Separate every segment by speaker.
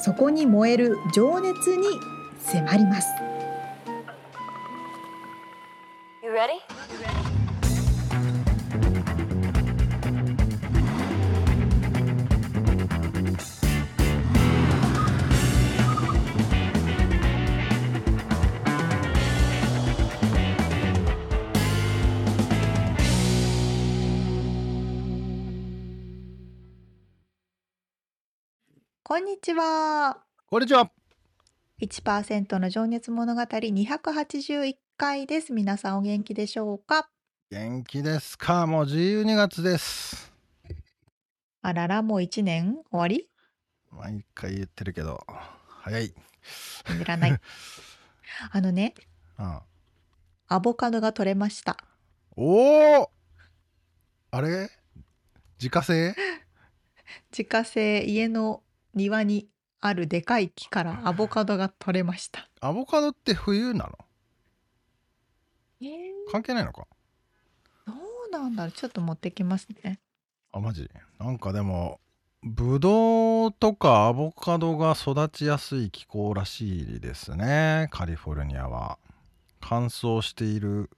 Speaker 1: そこに燃える情熱に迫ります
Speaker 2: You ready?
Speaker 1: こんにちは
Speaker 3: こんにちは。
Speaker 1: 1%の情熱物語281回です皆さんお元気でしょうか
Speaker 3: 元気ですかもう12月です。
Speaker 1: あららもう1年終わり
Speaker 3: 毎回言ってるけど、早い。
Speaker 1: いら ないあのね
Speaker 3: うん、
Speaker 1: アボカドが取れました
Speaker 3: おおあれ自家製
Speaker 1: 自家製家の庭にあるでかい木からアボカドが取れました。
Speaker 3: アボカドって冬なの
Speaker 1: え
Speaker 3: 関係ないのか
Speaker 1: どうなんだろうちょっと持ってきますね。
Speaker 3: あ、マジなんかでも、ブドウとかアボカドが育ちやすい気候らしいですね。カリフォルニアは。乾燥している。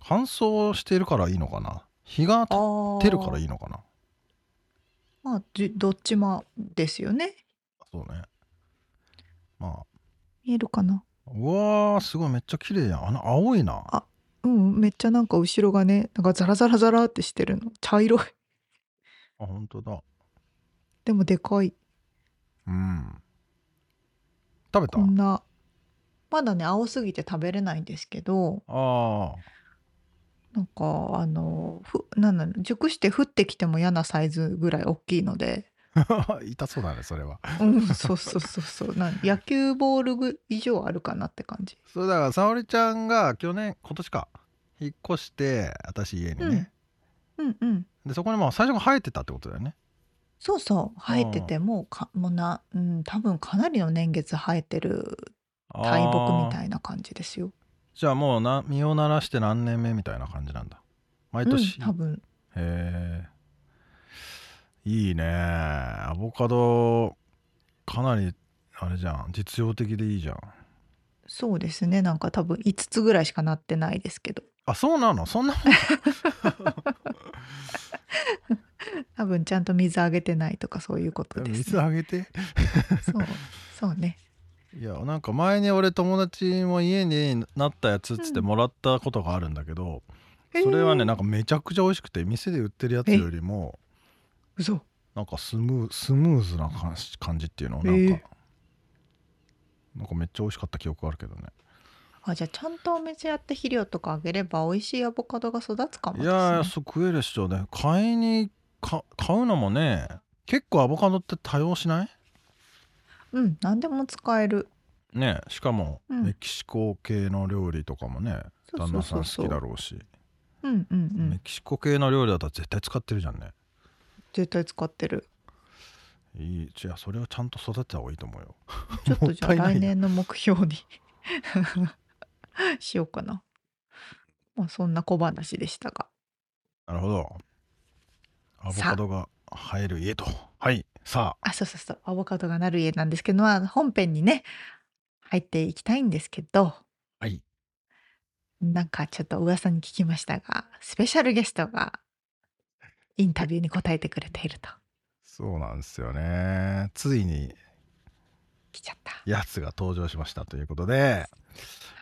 Speaker 3: 乾燥しているからいいのかな日が
Speaker 1: あ
Speaker 3: 照
Speaker 1: ー
Speaker 3: ってるからいいのかな
Speaker 1: まあじどっちもですよね。
Speaker 3: そうね。まあ、
Speaker 1: 見えるかな。
Speaker 3: うわーすごいめっちゃ綺麗やんあの青いな
Speaker 1: あうんめっちゃなんか後ろがねなんかザラザラザラってしてるの茶色い。
Speaker 3: あ本当だ
Speaker 1: でもでかい
Speaker 3: うん食べた
Speaker 1: こんなまだね青すぎて食べれないんですけど
Speaker 3: あ
Speaker 1: なんかあのふなんなの熟して降ってきても嫌なサイズぐらい大きいので。
Speaker 3: あ 痛そうだねそれは
Speaker 1: うん、そうそうそうそうなん野球ボールぐ以上あるかなって感じ
Speaker 3: それだから沙織ちゃんが去年今年か引っ越して私家にね、
Speaker 1: うんうん
Speaker 3: でそこにもう最初が生えてたってことだよね
Speaker 1: そうそう生えててもうかもうな、うん、多分かなりの年月生えてる大木み
Speaker 3: い
Speaker 1: たいな感じですよ、
Speaker 3: じゃあもうな身を慣らして何年目みたいな感じなんだ毎
Speaker 1: うん、
Speaker 3: 年、
Speaker 1: 多分
Speaker 3: へえいいねアボカドかなりあれじゃん実用的でいいじゃん
Speaker 1: そうですねなんか多分5つぐらいしかなってないですけど
Speaker 3: あそうなのそんなもん
Speaker 1: 多分ちゃんと水あげてないとかそういうことです、
Speaker 3: 水
Speaker 1: ね、
Speaker 3: あげて
Speaker 1: そうそうね
Speaker 3: いやなんか前に俺友達も家になったやつっつって
Speaker 1: うん
Speaker 3: もらったことがあるんだけど、 それはねなんかめちゃくちゃ美味しくて店で売ってるやつよりも
Speaker 1: 嘘
Speaker 3: なんかスムースムーズな感じ感じっていうのなんか、
Speaker 1: えー
Speaker 3: なんかめっちゃ美味しかった記憶あるけどね
Speaker 1: あじゃあちゃんとお店やって肥料とかあげれば美味しいアボカドが育つかも
Speaker 3: い
Speaker 1: です、ね、
Speaker 3: やいやそう食えるっしょね買いにか買うのもね結構アボカドって多用しない
Speaker 1: うん何でも使える
Speaker 3: ねしかも、
Speaker 1: うん
Speaker 3: メキシコ系の料理とかもね
Speaker 1: そう
Speaker 3: 旦
Speaker 1: そ
Speaker 3: 那
Speaker 1: う
Speaker 3: さ
Speaker 1: そ
Speaker 3: ん
Speaker 1: う
Speaker 3: 好
Speaker 1: そう
Speaker 3: きだろうし
Speaker 1: うんうんうん
Speaker 3: メキシコ系の料理だったら絶対使ってるじゃんね
Speaker 1: 絶対使ってる
Speaker 3: いいじゃあそれをちゃんと育てた方がいいと思うよ
Speaker 1: ちょっとじゃあ
Speaker 3: もったいな
Speaker 1: 来
Speaker 3: いな
Speaker 1: 年の目標に しようかなまあそんな小話でしたが
Speaker 3: なるほどアボカドが生える家とはいさあ
Speaker 1: あそうそうそうアボカドがなる家なんですけど、まあ、本編にね入っていきたいんですけど
Speaker 3: はい
Speaker 1: なんかちょっと噂に聞きましたがスペシャルゲストがインタビューに答えてくれていると
Speaker 3: そうなんですよねついに
Speaker 1: 来ちゃった
Speaker 3: やつが登場しましたということで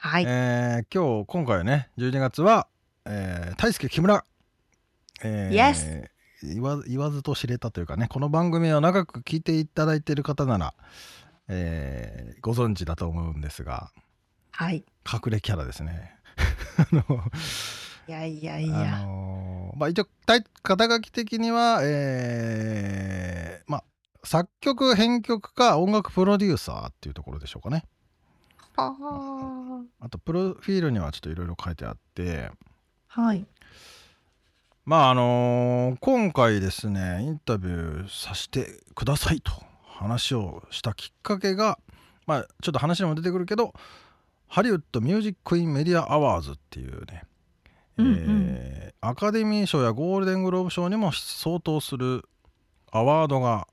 Speaker 1: はい、
Speaker 3: えー今日今回ね12月は、えー、大輔木村、え
Speaker 1: Yes
Speaker 3: 言わ言わずと知れたというかねこの番組を長く聞いていただいている方なら、えーご存知だと思うんですが
Speaker 1: はい
Speaker 3: 隠れキャラですね。 あの
Speaker 1: いやいやい
Speaker 3: あ
Speaker 1: や
Speaker 3: のーまあ、一応大肩書き的には、えーまあ、作曲編曲か音楽プロデューサーっていうところでしょうかね。
Speaker 1: はあ。
Speaker 3: あとプロフィールにはちょっといろいろ書いてあって
Speaker 1: はい。
Speaker 3: まああのー今回ですねインタビューさせてくださいと話をしたきっかけがまあちょっと話にも出てくるけどハリウッド・ミュージック・イン・メディア・アワーズっていうね、
Speaker 1: うんうん
Speaker 3: えーアカデミー賞やゴールデングローブ賞にも相当するアワードが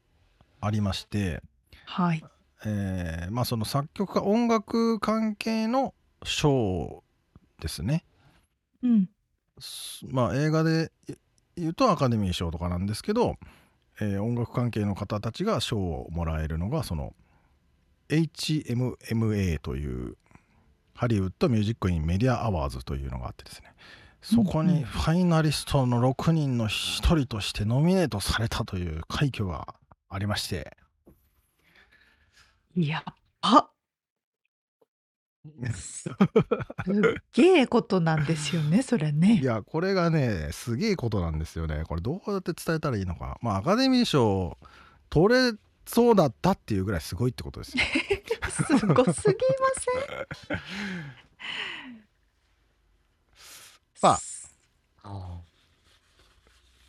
Speaker 3: ありまして、
Speaker 1: はい。
Speaker 3: えーまあ、その作曲家音楽関係の賞ですね。
Speaker 1: うん。
Speaker 3: すまあ、映画でい言うとアカデミー賞とかなんですけど、えー音楽関係の方たちが賞をもらえるのがその HMMA というハリウッド・ミュージック・イン・メディア・アワーズというのがあってですねそこ
Speaker 1: うんう
Speaker 3: に
Speaker 1: ん
Speaker 3: ファイナリストの6人の1人としてノミネートされたという快挙がありまして
Speaker 1: やっ ば。すっげえことなんですよね、それね。
Speaker 3: いやこれがねすげえことなんですよねこれどうやって伝えたらいいのかまあアカデミー賞取れそうだったっていうぐらいすごいってことですよ
Speaker 1: すごすぎません。
Speaker 3: まあ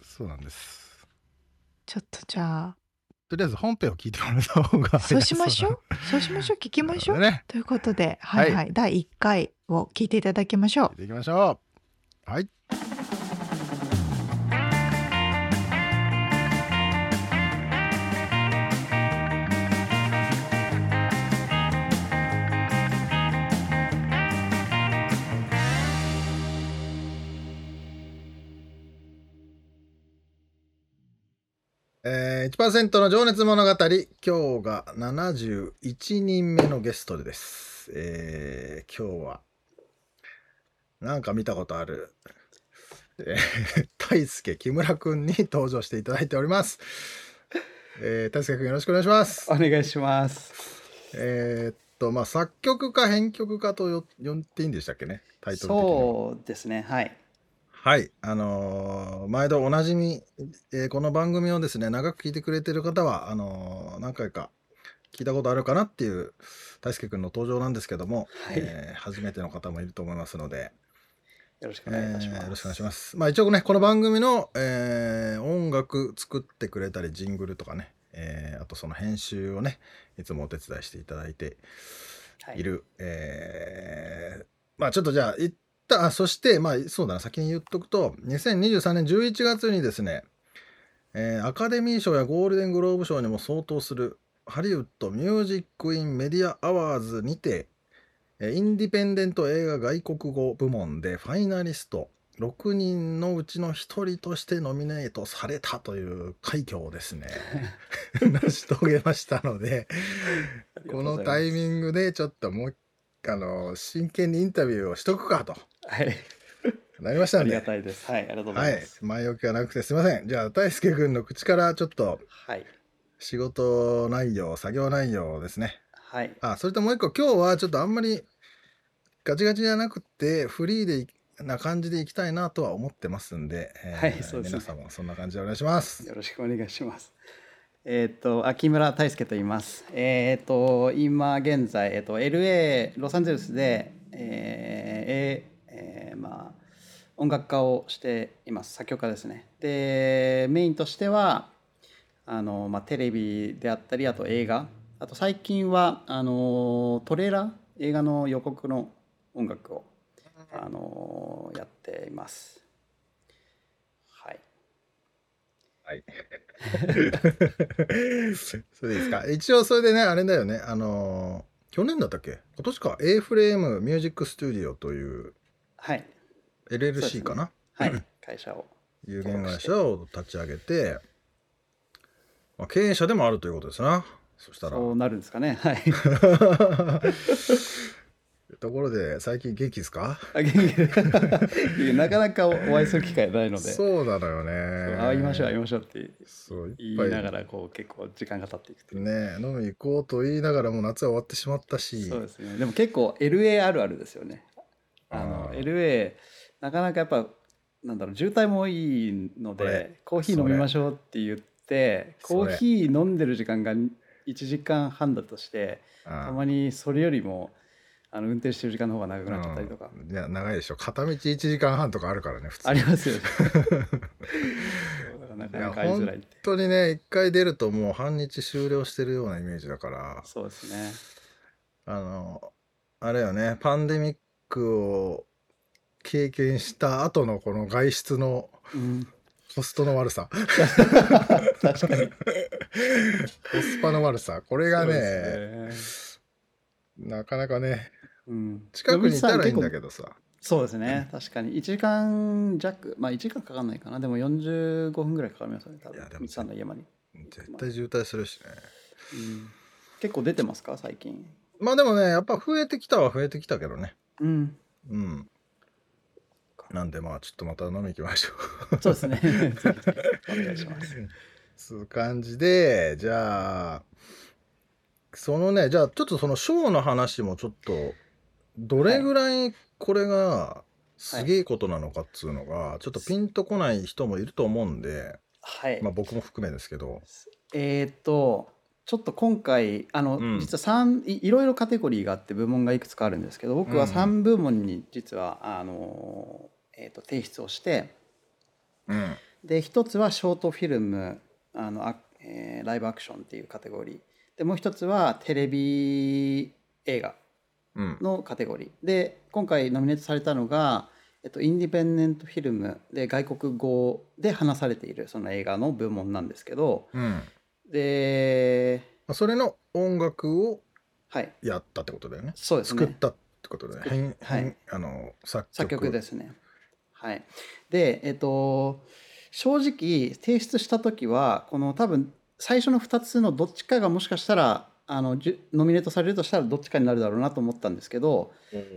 Speaker 3: そうなんです
Speaker 1: ちょっとじゃ
Speaker 3: とりあえず本編を聞いてもらった方が
Speaker 1: あ、そうしましょう。そうしましょう。聞き
Speaker 3: 行
Speaker 1: ましょう。
Speaker 3: ね
Speaker 1: ということで、はいはい、
Speaker 3: は
Speaker 1: 第1回を聞いていただきましょう
Speaker 3: 聞い。ていきましょうはいえー、1%の情熱物語今日が71人目のゲストです、えー、今日はなんか見たことある、 えー、大輔木村くんに登場していただいております。えー、大輔くんよろしくお願いします
Speaker 4: お。願いします。
Speaker 3: えーっとまあ作曲家編曲家とよ呼んでいいんでしたっけねタイトル的には
Speaker 4: そうですね。はい。
Speaker 3: はい、あのー毎度おなじみ、えーこの番組をですね、長く聞いてくれてる方は、あのー何回か聞いたことあるかなっていう大輔くんの登場なんですけども、
Speaker 4: はい
Speaker 3: えー初めての方もいると思いますので、
Speaker 4: よろしくお願い
Speaker 3: え
Speaker 4: いたします。
Speaker 3: ーよろしくお願いします。まあ一応ね、この番組の、えー音楽作ってくれたり、ジングルとかね、えーあとその編集をね、いつもお手伝いしていただいて
Speaker 4: はい
Speaker 3: いる。えーまあちょっとじゃあ、いった、あそして、まあそうだな、先に言っとくと、2023年11月にですね、えーアカデミー賞やゴールデングローブ賞にも相当する、ハリウッド・ミュージック・イン・メディア・アワーズにて、えーインディペンデント映画外国語部門でファイナリスト6人のうちの1人としてノミネートされたという快挙をですね成し遂げましたのでこのタイミ
Speaker 4: グ。
Speaker 3: ングでちょっともう一あの真剣にインタビューをしとくかと
Speaker 4: はい。
Speaker 3: なりました
Speaker 4: あ
Speaker 3: ん
Speaker 4: り
Speaker 3: で
Speaker 4: がたいです。はい。ありがとうご
Speaker 3: は
Speaker 4: ざい
Speaker 3: い
Speaker 4: ます。
Speaker 3: 前置きがなくてすいませんじゃあ大輔君の口からちょっと
Speaker 4: はい。
Speaker 3: 仕事内容作業内容ですね
Speaker 4: はい。
Speaker 3: あそれともう一個今日はちょっとあんまりガチガチじゃなくてフリーでいな感じでいきたいなとは思ってますんで、えー
Speaker 4: はいそうです
Speaker 3: 皆
Speaker 4: ね
Speaker 3: 様そんな感じでお願いします。
Speaker 4: よろしくお願いします。えっ、と秋村大輔と言います。えっ、と今現在えっ、と LA ロサンゼルスで、えーえーえーまあ音楽家をしています。作曲家ですね。でメインとしてはあのまあテレビであったりあと映画あと最近はあのトレーラー映画の予告の音楽をあのやっています。はい。
Speaker 3: はい。 それでいいですか。一応それでね、あれだよね。あのー去年だったっけ今年か A フレームミュージックスタジオという
Speaker 4: はい。そうです
Speaker 3: LLC
Speaker 4: ね
Speaker 3: かな、
Speaker 4: はい、会社を。
Speaker 3: 有限会社を立ち上げて、まあ、経営者でもあるということですな。そしたら。
Speaker 4: そうなるんですかね。はい。
Speaker 3: ところで最近元気ですか
Speaker 4: あ元気で なかなかお会いする機会ないので、
Speaker 3: そうなのよね
Speaker 4: 会いましょう、会いましょうって
Speaker 3: そう
Speaker 4: 言
Speaker 3: い
Speaker 4: い
Speaker 3: っぱい
Speaker 4: ながら、こう結構時間が経っていくという。
Speaker 3: ね飲み行こうと言いながらもう夏は終わってしまったし
Speaker 4: そうですね。でも結構 LA あるあるですよね。あの
Speaker 3: あー
Speaker 4: LA なかなかやっぱなんだろう渋滞もいいの
Speaker 3: これ
Speaker 4: でコーヒー飲みましょうって言って
Speaker 3: それ
Speaker 4: コーヒー飲んでる時間が1時間半だとして
Speaker 3: あ
Speaker 4: た
Speaker 3: ー
Speaker 4: まにそれよりもあの運転してる時間の方が長くなっちゃったりとか、
Speaker 3: うんいや長いでしょ片道1時間半とかあるからね普通
Speaker 4: ありますよねそうだからなかなか 会いづらいって
Speaker 3: 本当にね一回出るともう半日終了してるようなイメージだから
Speaker 4: そうですね
Speaker 3: あのあれよねパンデミックを経験した後のこの外出の
Speaker 4: うん
Speaker 3: コストの悪さ
Speaker 4: 確かに
Speaker 3: コスパの悪さこれが
Speaker 4: そう
Speaker 3: ね
Speaker 4: ですね
Speaker 3: なかなかね
Speaker 4: うん
Speaker 3: 近くにいたらいいんだ
Speaker 4: ど
Speaker 3: けどさ
Speaker 4: そうですね、確かに1時間弱まあ1時間かかんないかなでも45分ぐらいかかりますよね多
Speaker 3: いやで
Speaker 4: 分
Speaker 3: も
Speaker 4: ミツさんの家まで、
Speaker 3: 絶対渋滞するしね
Speaker 4: うん結構出てますか最近
Speaker 3: まあでもねやっぱ増えてきたは増えてきたけどね
Speaker 4: うん
Speaker 3: うんなんでまあちょっとまた飲み行きましょう
Speaker 4: そうで すね ぜひぜひお願いします
Speaker 3: そういう感じでじゃあそのねじゃあちょっとそのショーの話もちょっとどれぐらいこれがすげえことなのかっつうのが、ちょっとピンとこない人もいると思うんで、
Speaker 4: はい、
Speaker 3: まあ、僕も含めですけど
Speaker 4: えっ、とちょっと今回あの、
Speaker 3: うん
Speaker 4: 実は三いいろいろカテゴリーがあって部門がいくつかあるんですけど僕
Speaker 3: う
Speaker 4: は
Speaker 3: んうん
Speaker 4: 3部門に実は、あのえー、と提出をして
Speaker 3: うん
Speaker 4: で一つはショートフィルムあのあ、えーライブアクションっていうカテゴリーでもう一つはテレビ映画
Speaker 3: うん
Speaker 4: のカテゴリーで今回ノミネートされたのが、えっと、インディペンデントフィルムで外国語で話されているその映画の部門なんですけど
Speaker 3: うんま
Speaker 4: で
Speaker 3: あそれの音楽を
Speaker 4: はい
Speaker 3: やったってことだよね
Speaker 4: そうです
Speaker 3: 作
Speaker 4: ね
Speaker 3: ったってことだよね編
Speaker 4: はい
Speaker 3: 編あの作曲
Speaker 4: 作曲ですねはいでえっと正直提出した時はこの多分最初の2つのどっちかがもしかしたらあのじゅノミネートされるとしたらどっちかになるだろうなと思ったんですけど、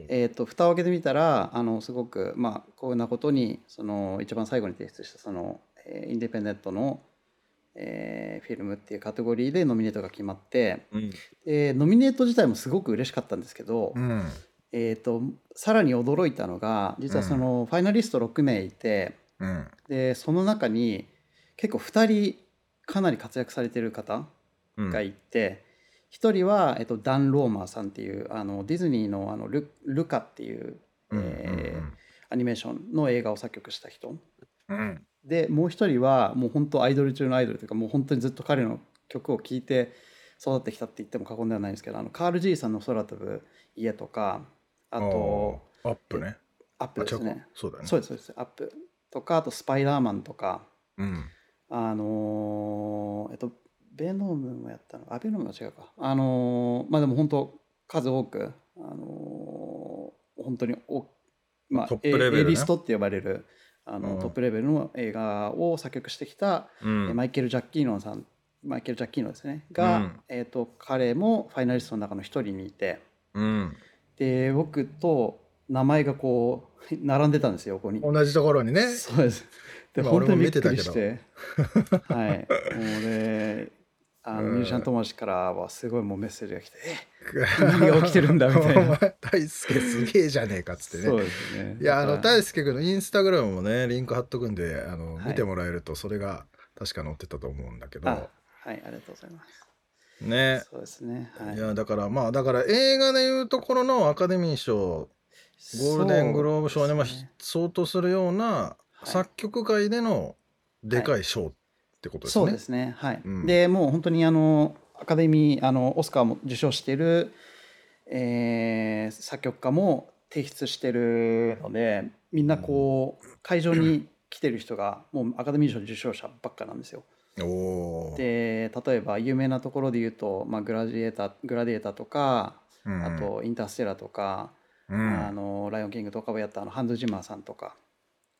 Speaker 4: えっと蓋を開けてみたらあのすごくまあこんなことにその一番最後に提出したその、えーインディペンデントの、えーフィルムっていうカテゴリーでノミネートが決まって、
Speaker 3: うん
Speaker 4: えーノミネート自体もすごく嬉しかったんですけど、
Speaker 3: うん
Speaker 4: えー、とさらに驚いたのが実はそのファイナリスト6名いて、
Speaker 3: うん
Speaker 4: でその中に結構2人かなり活躍されてる方
Speaker 3: うん
Speaker 4: がいて、1人は、えっとダン・ローマーさんっていうあのディズニーのあのルルカっていう、
Speaker 3: うん
Speaker 4: えーアニメーションの映画を作曲した人
Speaker 3: うんうん
Speaker 4: でもう1人はもう本当アイドル中のアイドルというかもう本当にずっと彼の曲を聴いて育ってきたって言っても過言ではないんですけどあのカール・ジーさんの空飛ぶ家とかあと。
Speaker 3: あーアップね
Speaker 4: アップです
Speaker 3: あ違う
Speaker 4: ね
Speaker 3: か。そうだよね
Speaker 4: そうですそうです。アップとかあとスパイダーマンとか
Speaker 3: うん
Speaker 4: あのーえっとベノムもやったのあベノムは違うかあのーまあでも本当数多くあのー本当におまあ
Speaker 3: トップレベルね
Speaker 4: A, A リストって呼ばれるあの、
Speaker 3: うん
Speaker 4: トップレベルの映画を作曲してきた、
Speaker 3: うん
Speaker 4: えマイケル・ジャッキーノンさんマイケル・ジャッキーノンですねが、
Speaker 3: うん
Speaker 4: えっと彼もファイナリストの中の一人にいて。
Speaker 3: うん
Speaker 4: で僕と名前がこう並んでたんですよ横に
Speaker 3: 同じところにね
Speaker 4: そうですで
Speaker 3: 今
Speaker 4: 本当に
Speaker 3: 俺も
Speaker 4: び
Speaker 3: 見
Speaker 4: って
Speaker 3: た
Speaker 4: く
Speaker 3: け
Speaker 4: り
Speaker 3: ど
Speaker 4: してはいもうねあ
Speaker 3: う
Speaker 4: の
Speaker 3: ん
Speaker 4: ミュージシャン友達からはすごいもうメッセージが来てえ何が起きてるんだみたい
Speaker 3: お
Speaker 4: な
Speaker 3: 前大輔すげえじゃねえかっつって
Speaker 4: そう
Speaker 3: ね
Speaker 4: ですね
Speaker 3: いやあ
Speaker 4: は
Speaker 3: の大輔君のインスタグラムもねリンク貼っとくんであの、
Speaker 4: はい
Speaker 3: 見てもらえるとそれが確か載ってたと思うんだけど
Speaker 4: あはいありがとうございます
Speaker 3: ね、
Speaker 4: そうですねはい
Speaker 3: い、やだからまあだから映画でいうところのアカデミー賞ゴールデングローブ賞にも
Speaker 4: そうですね
Speaker 3: 相当するような
Speaker 4: はい
Speaker 3: 作曲界でのでかい賞ってことですね。
Speaker 4: そうですねはい、
Speaker 3: うん
Speaker 4: でもう本当にあのアカデミーあのオスカーも受賞している、えー作曲家も提出してるのでみんなこう、会場に来てる人がもうアカデミー賞受賞者ばっかなんですよ。
Speaker 3: おー
Speaker 4: で例えば有名なところで言うと、まあ、グラディエーターグラディエーターとか
Speaker 3: うん
Speaker 4: あと「インターステラー」とか、
Speaker 3: うん
Speaker 4: あの「ライオンキング」とかをやったあのハンズ・ジマーさんとか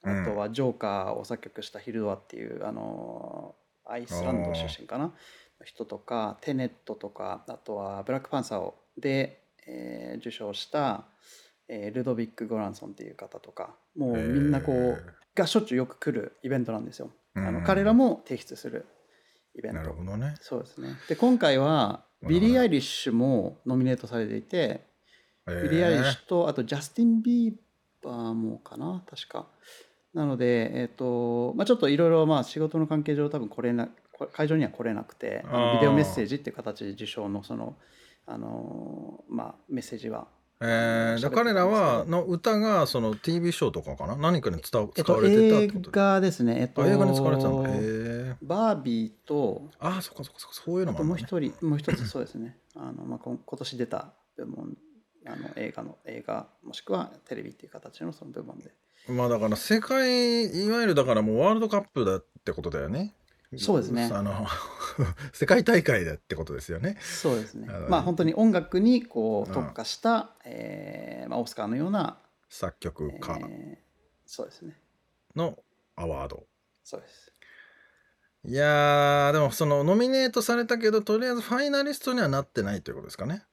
Speaker 3: うん
Speaker 4: あとは「ジョーカー」を作曲したヒルドアっていうあのアイスランド出身かなの人とか「テネット」とかあとは「ブラックパンサーを」で、えー受賞した、えールドビック・ゴランソンっていう方とかもうみんなこう、
Speaker 3: へー
Speaker 4: がしょっちゅうよく来るイベントなんですよ。あ
Speaker 3: う
Speaker 4: の
Speaker 3: ん
Speaker 4: 彼らも提出するイベン
Speaker 3: なる
Speaker 4: ト
Speaker 3: ほどね。
Speaker 4: そうですねで今回はビリー・アイリッシュもノミネートされていて、
Speaker 3: え
Speaker 4: ビリー・アイリッシュとあとジャスティン・ビーバーもかな確かなのでえっ、とまあちょっといろいろまあ仕事の関係上多分来れなこれ会場には来れなくてあの
Speaker 3: あー
Speaker 4: ビデオメッセージっていう形で受賞のそのあのーまあメッセージは
Speaker 3: えー、で彼らはの歌がその TV ショーとかかな何かに伝わ
Speaker 4: えっ
Speaker 3: 使わ
Speaker 4: と、
Speaker 3: れてたっ
Speaker 4: 映
Speaker 3: てこと
Speaker 4: 画ですね。えっと、
Speaker 3: あ映画に使われてたんだへえ
Speaker 4: バービーと、
Speaker 3: ああそっかそっかそっかそういうの
Speaker 4: あ
Speaker 3: もあ
Speaker 4: と
Speaker 3: るのね
Speaker 4: もう一人、もう一つ、そうですね。あの、まあ、こん今年出た部門、あの映画の映画、もしくはテレビっていう形のその部門で。
Speaker 3: まあだから世界いわゆるだからもうワールドカップだってことだよね
Speaker 4: そうですね
Speaker 3: あの 世界大会だってことですよね
Speaker 4: そうですね
Speaker 3: あの。
Speaker 4: まあ、本当に音楽にこ
Speaker 3: うん
Speaker 4: う特化した、えーまあ、オスカーのような、
Speaker 3: 作曲
Speaker 4: え
Speaker 3: 家
Speaker 4: ーそうですね。
Speaker 3: のアワード、
Speaker 4: そうです。
Speaker 3: いやーでもそのノミネートされたけどとりあえずファイナリストにはなってないということですかね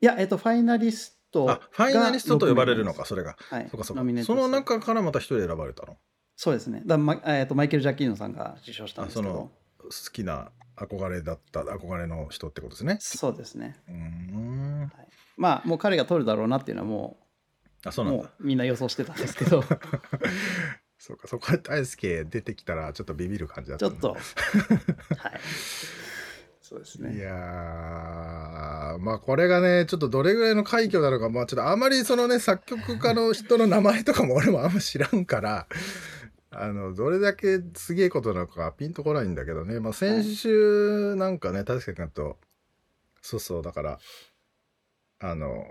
Speaker 4: いや、えっと、ファイナリストが
Speaker 3: あファイナリストと呼ばれるのか
Speaker 4: 六
Speaker 3: それが
Speaker 4: 名なんです
Speaker 3: そうかそう
Speaker 4: はい、ノミネ
Speaker 3: か
Speaker 4: ート
Speaker 3: そ
Speaker 4: さ
Speaker 3: の
Speaker 4: れ
Speaker 3: 中からまた一人選ばれたの
Speaker 4: そうですね。だまえっとマイケル・ジャッキーノさんが受賞したんですけ
Speaker 3: あそ
Speaker 4: ど
Speaker 3: の、好きな憧れだった憧れの人ってことですね
Speaker 4: そうですね。
Speaker 3: うーん
Speaker 4: まあ、もう彼が取るだろうなっていうのはも
Speaker 3: あ
Speaker 4: う、
Speaker 3: そうなん
Speaker 4: も
Speaker 3: だ
Speaker 4: うみんな予想してたんですけど、ち
Speaker 3: そうかそこで大輔出てきたらちょっとビビる感じだった
Speaker 4: ょ
Speaker 3: ね
Speaker 4: っと、はい。そうです
Speaker 3: い
Speaker 4: ね。
Speaker 3: やーまあこれがねちょっとどれぐらいの快挙なのかまあちょっとあまりそのね作曲家の人の名前とかも俺もあんま知らんから あのどれだけすげえことなのかピンとこないんだけどね、まあ、先週なんかね確か君とそうそうだからあの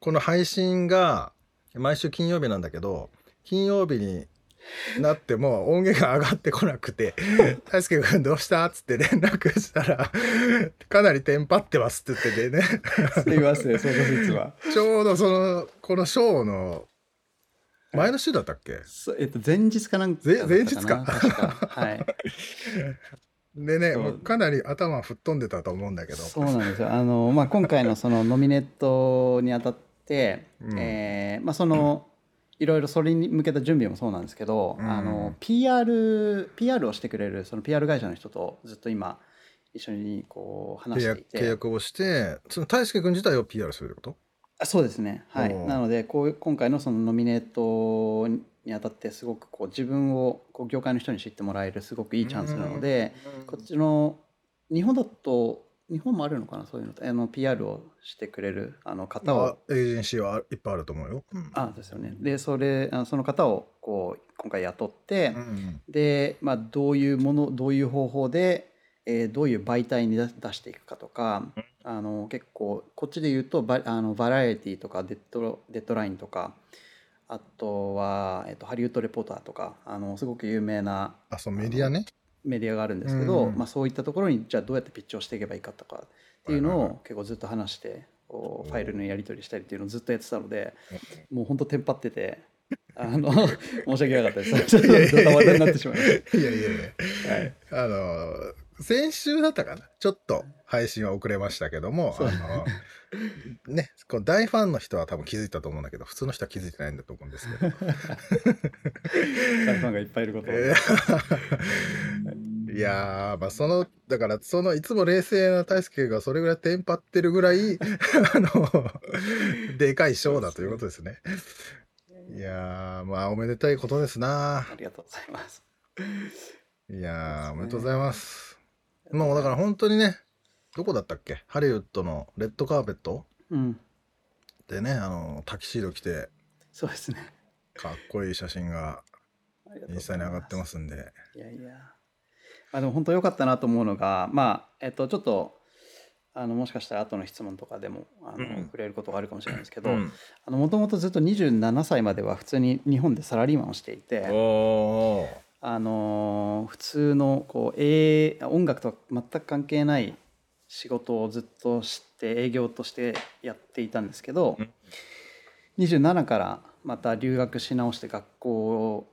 Speaker 3: この配信が毎週金曜日なんだけど金曜日になっても音源が上がってこなくて「大輔君どうした?」っつって連絡したら「かなりテンパってます」って言ってて ね
Speaker 4: すみません、その説は。
Speaker 3: ちょうどそのこのショーの前の週だったっけ
Speaker 4: そうえっと、前日かなんか
Speaker 3: ぜ
Speaker 4: だった
Speaker 3: 前日か
Speaker 4: 確か。はい。
Speaker 3: でね
Speaker 4: そう
Speaker 3: もうかなり頭吹っ飛んでたと思うんだけど
Speaker 4: そうなんですよ。あのまあ今回のそのノミネートにあたって、
Speaker 3: うん
Speaker 4: えーまあその、いろいろそれに向けた準備もそうなんですけど、
Speaker 3: うん
Speaker 4: あの PR PR をしてくれるその PR 会社の人とずっと今一緒にこう話
Speaker 3: 契約
Speaker 4: してい
Speaker 3: 契
Speaker 4: て、
Speaker 3: 約をしてその大輔君自体を PR するってこと
Speaker 4: あそうですね。はい。
Speaker 3: おー
Speaker 4: なのでこう今回のそのノミネートにあたってすごくこう自分をこう業界の人に知ってもらえるすごくいいチャンスなので、こっちの日本だと日本もあるのかなそういうのってあの PR をしてくれるあの方
Speaker 3: ま
Speaker 4: を
Speaker 3: あエージェンシーはいっぱいあると思うよ。うん
Speaker 4: あですよねでそれあのその方をこう今回雇って、
Speaker 3: うん
Speaker 4: で、まあ、どういうものどういう方法で、えーどういう媒体に出出していくかとか、あの結構こっちで言うとバあのバラエティとかデッドデッドラインとかあとは、えっとハリウッド・レポーターとかあのすごく有名な
Speaker 3: あそうメディアね。
Speaker 4: メディアがあるんですけど、
Speaker 3: うん
Speaker 4: まあ、そういったところにじゃあどうやってピッチをしていけばいいかとかっていうの
Speaker 3: はいはい
Speaker 4: を結構ずっと話してこ
Speaker 3: おー
Speaker 4: うファイルのやり取りしたりっていうのをずっとやってたのでもう本当テンパっててあ の申し訳なかったですちょっとドタバタになってしまいまし
Speaker 3: いやいやいや。
Speaker 4: た、
Speaker 3: あ
Speaker 4: はい、
Speaker 3: の先週だったかなちょっと配信は遅れましたけどもあ
Speaker 4: そう
Speaker 3: のねこう大ファンの人は多分気づいたと思うんだけど普通の人は気づいてないんだと思うんです けど
Speaker 4: 大ファンがいっぱいいることを、
Speaker 3: えー いやーまあそのだからそのいつも冷静な大輔がそれぐらいテンパってるぐらい あのでかい賞だということですね。いやーまあおめでたいことですな
Speaker 4: ありがとうございます
Speaker 3: いやー、お
Speaker 4: そうですね
Speaker 3: めでとうございます。もうだから本当にね、どこだったっけハリウッドのレッドカーペット
Speaker 4: うん
Speaker 3: でね、あの、タキシード着て、
Speaker 4: そうですね
Speaker 3: かっこいい写真が
Speaker 4: ありがとう
Speaker 3: イ
Speaker 4: ご
Speaker 3: ンスタ
Speaker 4: ざい
Speaker 3: に
Speaker 4: ま
Speaker 3: 上がってますんで。
Speaker 4: いやいや。まあでも本当良かったなと思うのが、まあ、えっと、ちょっと、あの、もしかしたら後の質問とかでも、あの、
Speaker 3: うん
Speaker 4: 触れることがあるかもしれないですけど、
Speaker 3: うん、
Speaker 4: あの、もともとずっと27歳までは普通に日本でサラリーマンをしていて、
Speaker 3: おー
Speaker 4: あのー普通の、こう、えー音楽とは全く関係ない仕事をずっとして、営業としてやっていたんですけど、
Speaker 3: うん
Speaker 4: 27からまた留学し直して学校を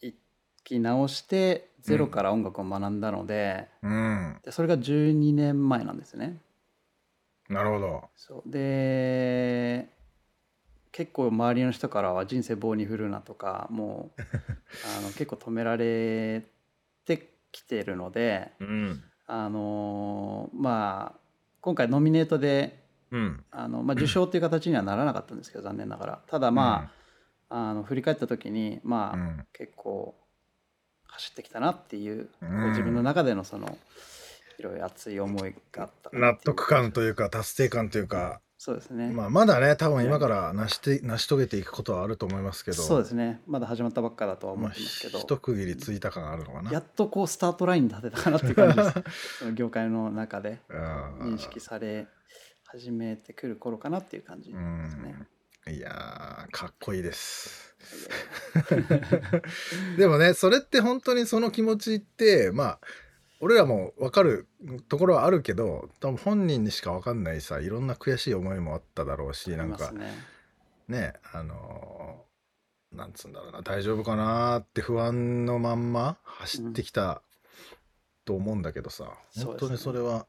Speaker 4: 行き直してゼロから音楽を学んだので,、
Speaker 3: うん、
Speaker 4: でそれが12年前なんですね。
Speaker 3: なるほど。
Speaker 4: そうで結構周りの人からは人生棒に振るなとかも うあの結構止められてきてるので
Speaker 3: うん。
Speaker 4: あのまあ今回ノミネートで
Speaker 3: うん。
Speaker 4: あの、まあ、受賞っていう形にはならなかったんですけど残念ながらただまあ,、あの振り返った時にまあ、
Speaker 3: うん
Speaker 4: 結構走ってきたなっていう、こう
Speaker 3: うん
Speaker 4: 自分の中でのそのいろいろ熱い思いがあったかな
Speaker 3: 納
Speaker 4: っていう
Speaker 3: 得感というか、達成感というか、
Speaker 4: そうですね。
Speaker 3: まあ、まだね多分今から成して成し遂げていくことはあると思いますけど
Speaker 4: そうですね。まだ始まったばっかだとは思
Speaker 3: まあ、
Speaker 4: ってますけど、
Speaker 3: 一区切りついた感があるのかな
Speaker 4: やっとこうスタートラインに立てたかなっていう感 じです。その業界の中で
Speaker 3: うん
Speaker 4: 認識され始めてくる頃かなっていう感じですね。
Speaker 3: うんいやーかっこいい です
Speaker 4: いやいや
Speaker 3: でもねそれって本当にその気持ちってまあ俺らも分かるところはあるけど多分本人にしか分かんないさいろんな悔しい思いもあっただろうし
Speaker 4: あ
Speaker 3: な
Speaker 4: り
Speaker 3: ん
Speaker 4: ま
Speaker 3: か
Speaker 4: すね。
Speaker 3: ねあのーなんつうんだろうな大丈夫かなーって不安のまんま走ってきたと思うんだけどさ、
Speaker 4: うん
Speaker 3: 本当にそれは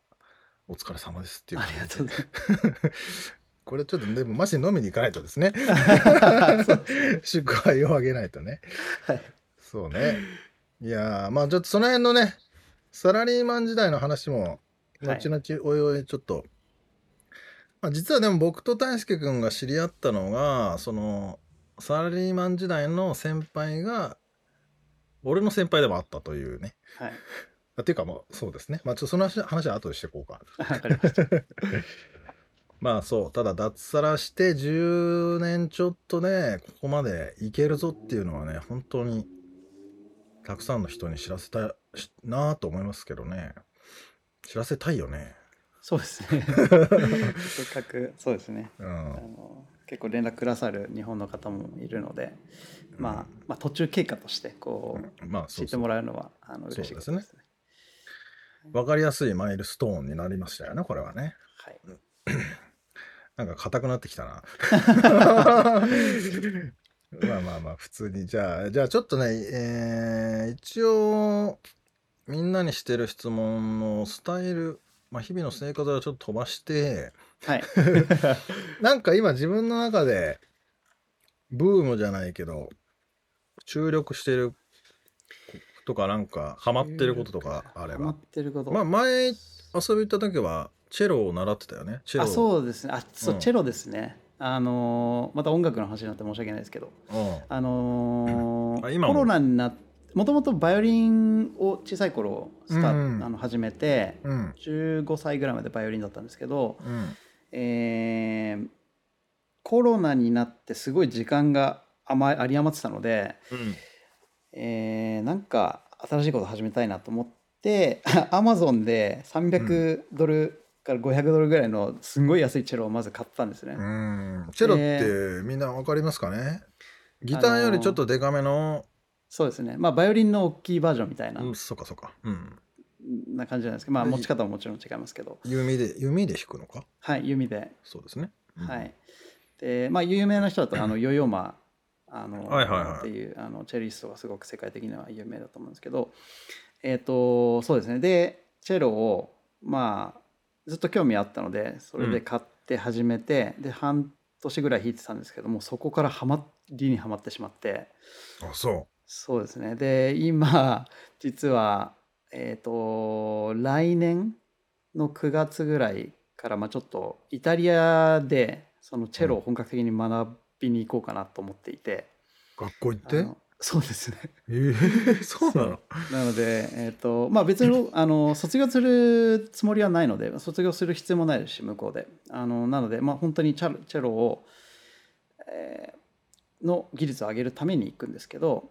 Speaker 3: お疲れ様ですっていう
Speaker 4: あ
Speaker 3: 感
Speaker 4: り
Speaker 3: じ
Speaker 4: がとうござい
Speaker 3: これちょっとでもマジで飲みに行かないと ですね
Speaker 4: ます。そうですね
Speaker 3: 宿杯をあげないとね
Speaker 4: はい
Speaker 3: そうねいやーまあちょっとその辺のねサラリーマン時代の話も
Speaker 4: はい
Speaker 3: 後々おいおいちょっと、まあ、実はでも僕と大輔君が知り合ったのがそのサラリーマン時代の先輩が俺の先輩でもあったというね
Speaker 4: はい。
Speaker 3: あっていうかまあそうですねまあちょっとその話話は後でしていこうか
Speaker 4: わかり ました。
Speaker 3: まあそうただ脱サラして10年ちょっとでここまでいけるぞっていうのはね本当にたくさんの人に知らせたしなあと思いますけどね知らせたいよね
Speaker 4: そうですね。せっかくそうですね。
Speaker 3: う
Speaker 4: あ
Speaker 3: ん
Speaker 4: の結構連絡くださる日本の方もいるので、まあ、まあ途中経過としてこう
Speaker 3: まあ
Speaker 4: 知
Speaker 3: そ
Speaker 4: っ
Speaker 3: う
Speaker 4: て
Speaker 3: そう
Speaker 4: もらえるのはあの嬉しいこと
Speaker 3: そう
Speaker 4: で
Speaker 3: です
Speaker 4: ね。
Speaker 3: 分かりやすいマイルストーンになりましたよねこれはね
Speaker 4: はい。
Speaker 3: なんか硬くなってきた なまあまあまあ普通にじゃあじゃあちょっとねえー一応みんなにしてる質問のスタイル、まあ、日々の生活はちょっと飛ばして
Speaker 4: はい。
Speaker 3: なんか今自分の中でブームじゃないけど注力してることかなんかハマってることとかあれ
Speaker 4: ハマ
Speaker 3: ば
Speaker 4: ってること。
Speaker 3: まあ前遊び行った時はチェロを習ってたよねチェロ
Speaker 4: あそうですね。あそう、
Speaker 3: うん
Speaker 4: チェロですね。あのーまた音楽の話になって申し訳ないですけど、
Speaker 3: うん
Speaker 4: あの ー
Speaker 3: あ今
Speaker 4: コ
Speaker 3: も
Speaker 4: ロナになもともとバイオリンを小さい頃スタ、
Speaker 3: うんうん
Speaker 4: あの始めて
Speaker 3: うん
Speaker 4: 15歳ぐらいまでバイオリンだったんですけど、
Speaker 3: うん
Speaker 4: えーコロナになってすごい時間が余有り余ってたので、
Speaker 3: うん
Speaker 4: えーなんか新しいこと始めたいなと思って アマゾンで300ドルから500ドルぐらいのすんごい安いチェロをまず買ったんですね。
Speaker 3: うんチェロってみんなわかりますかね、ギターよりちょっとデカめの、
Speaker 4: そうですねまあバイオリンの大きいバージョンみたいな,、
Speaker 3: うん、そうかそうか、うん、
Speaker 4: な感じなんですけどまあ
Speaker 3: で
Speaker 4: 持ち方ももちろん違いますけど
Speaker 3: 弓で弓で弾くのか
Speaker 4: はい弓で、
Speaker 3: そうですね、うん
Speaker 4: はいでまあ有名な人だとあのヨヨマあの、
Speaker 3: はいはいはい
Speaker 4: っていうあのチェリストがすごく世界的には有名だと思うんですけどえっ、とそうですねでチェロをまあずっと興味あったのでそれで買って始めて、で半年ぐらい弾いてたんですけどもうそこからハマりにはまってしまって。
Speaker 3: あそ
Speaker 4: そうですね。で、今、 実は、えっ、と、来年の9月ぐらいから、まあ、ちょっとイタリアで、そのチェロを本格的に学びに行こうかなと思っていて。
Speaker 3: う学校行っ
Speaker 4: あ
Speaker 3: て
Speaker 4: のそうですね。
Speaker 3: えー、 そうなの
Speaker 4: なので、えっ、と、まあ別に、あの、卒業するつもりはないので、卒業する必要もないですし、向こうで。あの、なので、まあ本当にチャロチェロを、えーの技術を上げるために行くんですけど、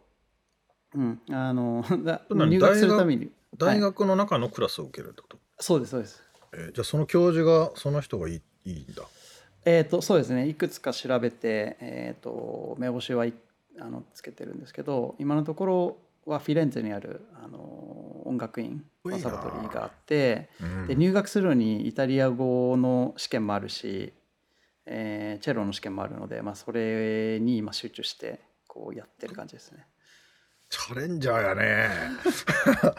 Speaker 4: うん、あの、だ
Speaker 3: それ何
Speaker 4: 入学するために、
Speaker 3: 大学の中のクラスを受けるってこと、
Speaker 4: そうです、そうです。
Speaker 3: えーじゃあその教授がその人がいいいいんだ
Speaker 4: えっ、と、そうですね、いくつか調べて、えっ、と、目星はいあのつけてるんですけど、今のところはフィレンツェにある、あの、音楽院、
Speaker 3: いい
Speaker 4: コ
Speaker 3: な
Speaker 4: ンサバトリーがあって、
Speaker 3: うん
Speaker 4: で入学するのにイタリア語の試験もあるし、えーチェロの試験もあるので、まあ、それに今集中してこうやってる感じですね。
Speaker 3: チャレンジャーや ね
Speaker 4: あ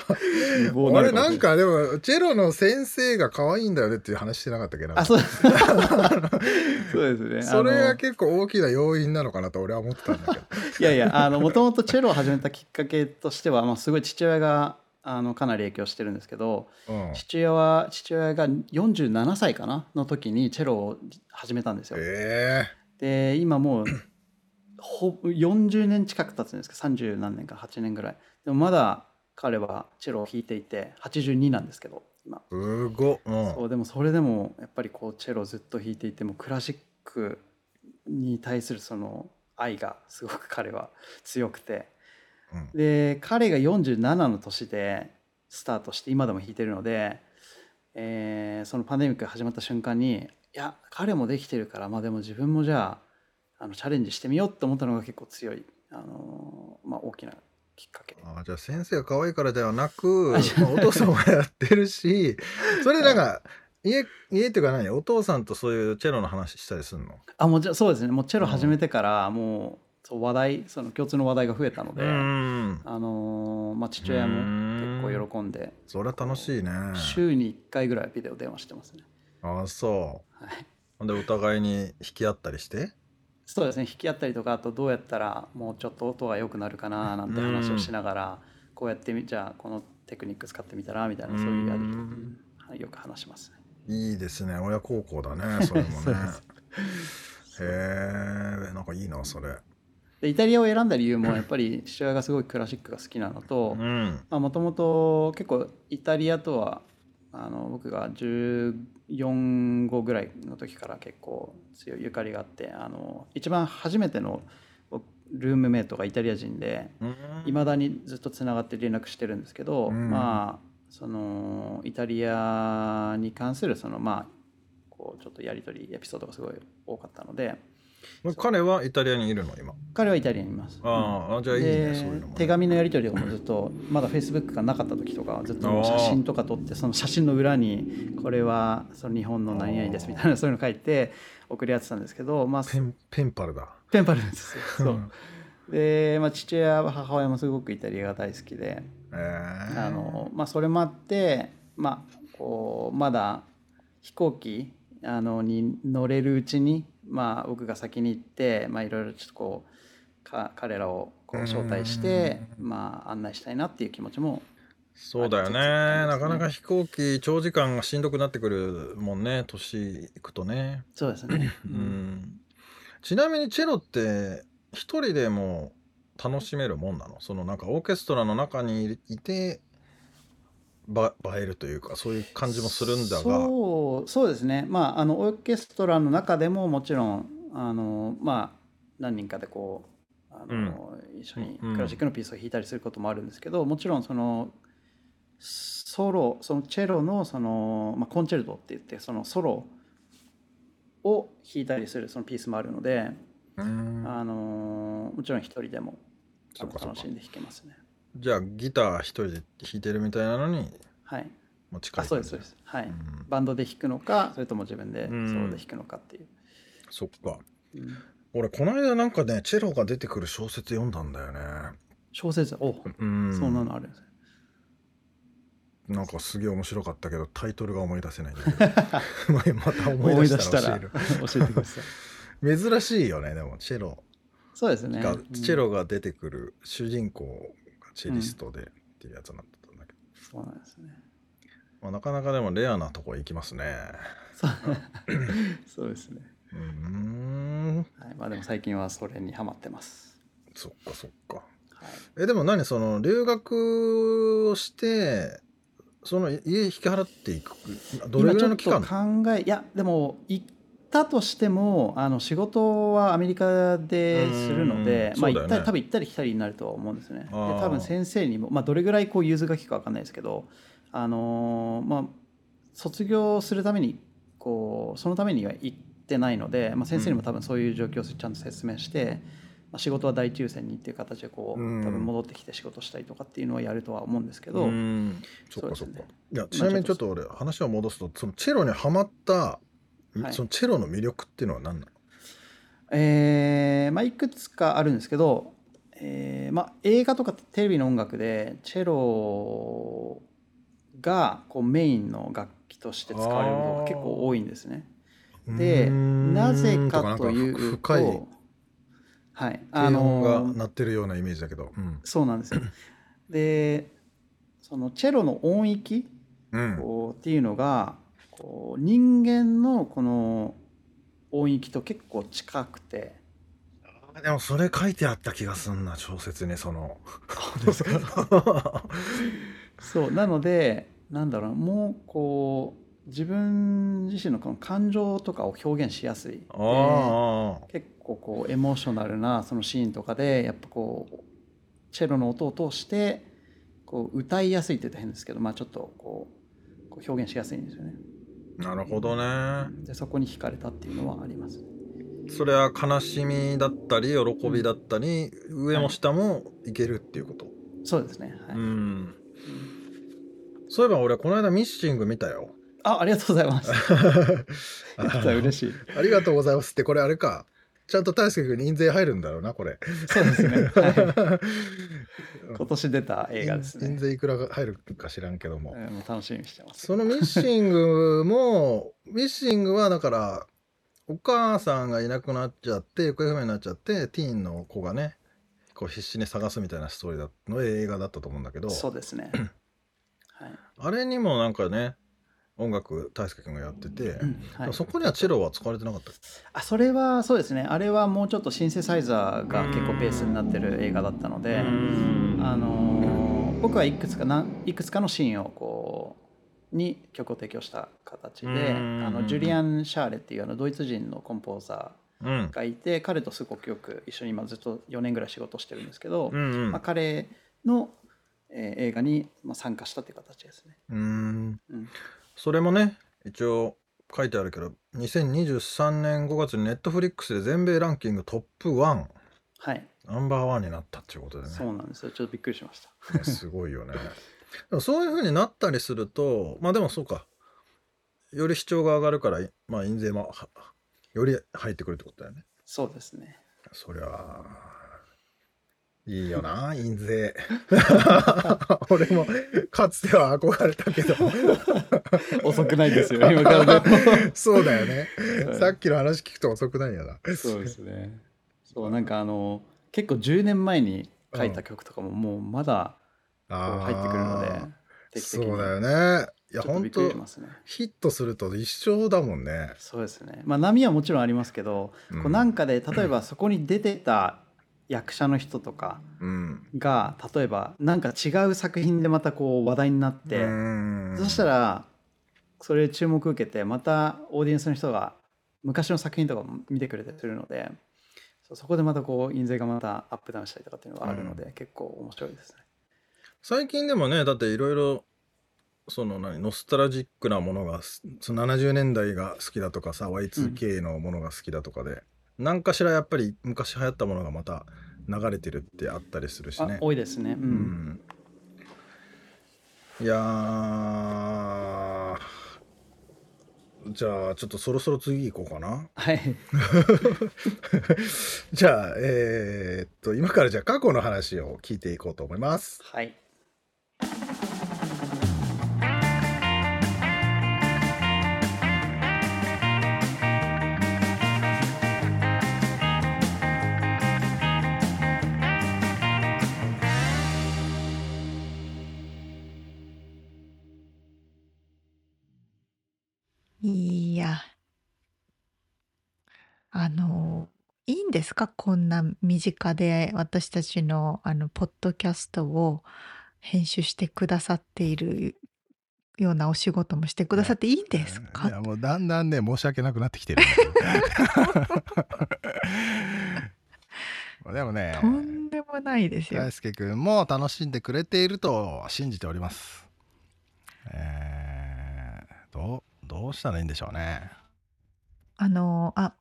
Speaker 3: 俺なんかでもチェロの先生が可愛いんだよねっていう話してなかったっけど
Speaker 4: あそう ですそうですね。
Speaker 3: それ
Speaker 4: あの
Speaker 3: が結構大きな要因なのかなと俺は思ってたんだけど
Speaker 4: いやいやあのもともとチェロを始めたきっかけとしては、まあ、すごい父親があのかなり影響してるんですけど
Speaker 3: うん
Speaker 4: 父親は父親が47歳かなの時にチェロを始めたんですよ。
Speaker 3: え
Speaker 4: で今もうほ40年近く経つんですけど30何年か8年ぐらいでもまだ彼はチェロを弾いていて82なんですけど今、
Speaker 3: すごっ。うん。
Speaker 4: そうでもそれでもやっぱりこうチェロずっと弾いていてもクラシックに対するその愛がすごく彼は強くて
Speaker 3: うん
Speaker 4: で彼が47の年でスタートして今でも弾いてるので、えーそのパンデミックが始まった瞬間にいや彼もできてるからまあでも自分もじゃああのチャレンジしてみようって思ったのが結構強い、あのーまあ、大きなきっかけ。
Speaker 3: あーじゃあ先生が可愛いからではなく、
Speaker 4: あじゃ
Speaker 3: まあお父さんもやってる しそれなんか家家っていうか何お父さんとそういうチェロの話したりするの
Speaker 4: あもうじゃそうですねもうチェロ始めてからもうそう話題その共通の話題が増えたので、
Speaker 3: ん
Speaker 4: あのーまあ、父親も結構喜んで
Speaker 3: それは楽しいね
Speaker 4: 週に1回ぐらいビデオ電話してますね、
Speaker 3: ああそ
Speaker 4: はい、
Speaker 3: うほんでお互いに引き合ったりして
Speaker 4: そうですね引き合ったりとかあとどうやったらもうちょっと音が良くなるかななんて話をしながらこうやってみじゃあこのテクニック使ってみたらみたいなそういうやりとり
Speaker 3: うん
Speaker 4: はいよく話しますね
Speaker 3: いいですね親孝行だねそれも
Speaker 4: そ
Speaker 3: ね
Speaker 4: うです
Speaker 3: へえんかいいなそれ
Speaker 4: でイタリアを選んだ理由もやっぱり父親がすごいクラシックが好きなのと、
Speaker 3: ん
Speaker 4: まあもともと結構イタリアとはあの僕が14号ぐらいの時から結構強いゆかりがあってあの一番初めての僕ルームメイトがイタリア人でいまだにずっとつながって連絡してるんですけど、
Speaker 3: うん
Speaker 4: まあそのイタリアに関するそのまあこうちょっとやり取りエピソードがすごい多かったので
Speaker 3: 彼はイタリアにいるの今
Speaker 4: 彼はイタリアにいます。
Speaker 3: あーあじゃあいいね
Speaker 4: で
Speaker 3: そういうのもね
Speaker 4: 手紙のやり取りとかもずっとまだフェイスブックがなかった時とかはずっと写真とか撮ってその写真の裏にこれはその日本の何々ですみたいなそういうの書いて送り合ってたんですけど、まあ、
Speaker 3: ペンペンパルだ
Speaker 4: ペンパルなん ですよ。そうで、まあ、父親は母親もすごくイタリアが大好きで
Speaker 3: え
Speaker 4: あの、まあ、それもあって、まあ、こうまだ飛行機あのに乗れるうちに、まあ、僕が先に行って、まあ、いろいろちょっとこうか彼らをこう招待して、まあ、案内したいなっていう気持ちも
Speaker 3: そうだよね
Speaker 4: あり
Speaker 3: な
Speaker 4: がとうご
Speaker 3: か
Speaker 4: ざい
Speaker 3: なか
Speaker 4: ます
Speaker 3: 飛行機長時間がしんどくなってくるもんね年いくとね、
Speaker 4: そうですね。
Speaker 3: うんちなみにチェロって一人でも楽しめるもんなのそのなんかオーケストラの中にいてば映えるというかそういう感じもするんだが
Speaker 4: そうそうですねまああのオーケストラの中でももちろんあのまあ何人かでこうあの、一緒に
Speaker 3: うん
Speaker 4: クラシックのピースを弾いたりすることもあるんですけど、もちろんそのソロそのチェロのその、まあ、コンチェルトって言ってそのソロを弾いたりするそのピースもあるので、
Speaker 3: うん
Speaker 4: あのもちろん一人でもあ
Speaker 3: そ
Speaker 4: の
Speaker 3: うかそう
Speaker 4: 楽
Speaker 3: か
Speaker 4: しんで弾けますね。
Speaker 3: じゃあギター一人で弾いてるみたいなのに
Speaker 4: はい、
Speaker 3: 持ち帰
Speaker 4: あ
Speaker 3: って
Speaker 4: そうですそうです、はい
Speaker 3: うん
Speaker 4: バンドで弾くのかそれとも自分でソロで弾くのかっていう。
Speaker 3: そっか
Speaker 4: うん
Speaker 3: 俺この間なんかねチェロが出てくる小説読んだんだよね
Speaker 4: 小説お、
Speaker 3: うん
Speaker 4: そんなのあるんですね
Speaker 3: なんかすげえ面白かったけどタイトルが思い出せないんだ けどまあまた思い出したら教える
Speaker 4: 教えてください
Speaker 3: 珍しいよねでもチェロ
Speaker 4: そうですね
Speaker 3: が、
Speaker 4: うん
Speaker 3: チェロが出てくる主人公がチェリストでっていうやつになってたんだけど、
Speaker 4: そうなんですね
Speaker 3: まあ、なかなかでもレアなとこ行きますね
Speaker 4: そう そうですね、
Speaker 3: うーん
Speaker 4: はい、まあでも最近はそれにハマってます、
Speaker 3: そっかそっか
Speaker 4: はい、
Speaker 3: えでも何その留学をしてその家引き払っていくどれぐらいの期間
Speaker 4: 今ちょっと考えいやでも行ったとしてもあの仕事はアメリカでするので、
Speaker 3: うん
Speaker 4: ま
Speaker 3: そ
Speaker 4: あ
Speaker 3: うだ
Speaker 4: 行
Speaker 3: よね
Speaker 4: ったり多分行ったり来たりになるとは思うんですよねで
Speaker 3: あー
Speaker 4: 多分先生にも、まあ、どれぐらいこう融通が利くか分かんないですけどあのーまあ卒業するためにこうそのためには行ってないので、まあ、先生にも多分そういう状況をちゃんと説明して、まあ、仕事は第一優先にっていう形でこう、
Speaker 3: うん
Speaker 4: 多分戻ってきて仕事したりとかっていうのをやるとは思うんですけど、
Speaker 3: うんそっかそ
Speaker 4: そ
Speaker 3: っ
Speaker 4: う
Speaker 3: か
Speaker 4: ですね
Speaker 3: いやちなみにちょっと俺話を戻すとそのチェロにはまった、
Speaker 4: はい
Speaker 3: そのチェロの魅力っていうのは何なの
Speaker 4: えーまあ、いくつかあるんですけど、えーまあ、映画とかテレビの音楽でチェロがこうメインの楽器として使われることが結構多いんですね。
Speaker 3: うー
Speaker 4: で
Speaker 3: ん
Speaker 4: なぜかという
Speaker 3: とかなんか
Speaker 4: と、は
Speaker 3: 深
Speaker 4: い、あ
Speaker 3: い低音
Speaker 4: の
Speaker 3: が鳴ってるようなイメージだけどうん、
Speaker 4: そうなん ですよ。でそのチェロの音域
Speaker 3: うん、
Speaker 4: こうっていうのがこう人間のこの音域と結構近くて。
Speaker 3: でもそれ書いてあった気がすんな 小説にその
Speaker 4: そうなのでなんだろうもうこう自分自身のこの感情とかを表現しやすい
Speaker 3: ああ、
Speaker 4: 結構こうエモーショナルなそのシーンとかでやっぱこうチェロの音を通してこう歌いやすいって言ったら変ですけど、まあ、ちょっとこうこう表現しやすいんですよね
Speaker 3: なるほどね。
Speaker 4: でそこに惹かれたっていうのはあります
Speaker 3: それは悲しみだったり喜びだったり、上も下もいけるっていうこと、
Speaker 4: そうですね、はい
Speaker 3: うんそういえば俺この間ミッシング見たよ
Speaker 4: あありがとうございます
Speaker 3: あの
Speaker 4: 嬉しい
Speaker 3: ありがとうございますってこれあれかちゃんと大輔君に印税入るんだろうなこれ
Speaker 4: そうですね、 はい、今年 出た映画です
Speaker 3: 印
Speaker 4: ね
Speaker 3: 税いくらが入るか知らんけども、
Speaker 4: うんもう楽しみにしてます
Speaker 3: そのミッシングもミッシングはだからお母さんがいなくなっちゃって行方不明になっちゃってティーンの子がねこう必死に探すみたいなストーリーだの映画だったと思うんだけど
Speaker 4: そうです ねはい、
Speaker 3: あれにもなんかね音楽大輔君がやってて、
Speaker 4: うんはい、
Speaker 3: そこにはチェロは使われてなかったっけ
Speaker 4: あそれはそうですねあれはもうちょっとシンセサイザーが結構ベースになってる映画だったので、あのー僕はいくつかなんいくつかのシーンをこうに曲を提供した形で
Speaker 3: う
Speaker 4: あ
Speaker 3: ん
Speaker 4: のジュリアン・シャーレっていうあのドイツ人のコンポーザ
Speaker 3: うん
Speaker 4: ーがいて彼とすごくよく一緒に今ずっと4年ぐらい仕事してるんですけど、
Speaker 3: うんうん
Speaker 4: まあ、彼の、えー映画に、まあ、参加したっていう形ですね。
Speaker 3: うーん
Speaker 4: うん
Speaker 3: それもね一応書いてあるけど2023年5月にネットフリックスで全米ランキングトップ1
Speaker 4: はい、
Speaker 3: ナンバーワンになったっていうことでね
Speaker 4: そうなんですよちょっとびっくりしました。
Speaker 3: ねすごいよね でもそういう風になったりするとまあでもそうかより視聴が上がるからまあ印税もはより入ってくるってことだよね
Speaker 4: そうですね。
Speaker 3: そりゃあいいよ な印税俺もかつては憧れたけど
Speaker 4: 遅くないですよ今からでも。
Speaker 3: そうだよね、
Speaker 4: はい
Speaker 3: さっきの話聞くと遅くないよな
Speaker 4: そうですね。そうなんかあの結構10年前に書いた曲とかももうまだこう
Speaker 3: あー
Speaker 4: 入ってくるので定期的に
Speaker 3: そうだよねい
Speaker 4: ち
Speaker 3: や
Speaker 4: ょっとび
Speaker 3: 本
Speaker 4: っくり
Speaker 3: 当
Speaker 4: しますね。
Speaker 3: ヒットすると一生だもんね
Speaker 4: そうですね。まあ波はもちろんありますけど、
Speaker 3: うん
Speaker 4: こうなんかで例えばそこに出てた役者の人とか
Speaker 3: うん
Speaker 4: が例えばなんか違う作品でまたこう話題になって、そした
Speaker 3: ら
Speaker 4: らそれ注目受けてまたオーディエンスの人が昔の作品とかも見てくれたりするのでそうそこでまたこう印税がまたアップダウンしたりとかっていうのがあるので、結構面白いですね。
Speaker 3: 最近でもねだっていろいろその何ノスタルジックなものがすその70年代が好きだとかさ Y2K のものが好きだとかで、何かしらやっぱり昔流行ったものがまた流れてるってあったりするし
Speaker 4: あ
Speaker 3: ね。
Speaker 4: 多いですね。う、
Speaker 3: うんんいやーじゃあちょっとそろそろ次行こうかな。
Speaker 4: はい。
Speaker 3: じゃあえーっと今からじゃあ過去の話を聞いていこうと思います。
Speaker 4: はい。
Speaker 1: いや、あの、いいんですかこんな身近で私たちの、あの、ポッドキャストを編集してくださっているようなお仕事もしてくださっていいんですか
Speaker 5: いやもうだんだんね申し訳なくなってきてるん だけどまあでもね
Speaker 1: とんでもないですよ
Speaker 5: 大。輔君も楽しんでくれていると信じておりますえー、どうどうしたらいいんでしょうね
Speaker 1: あの、あ、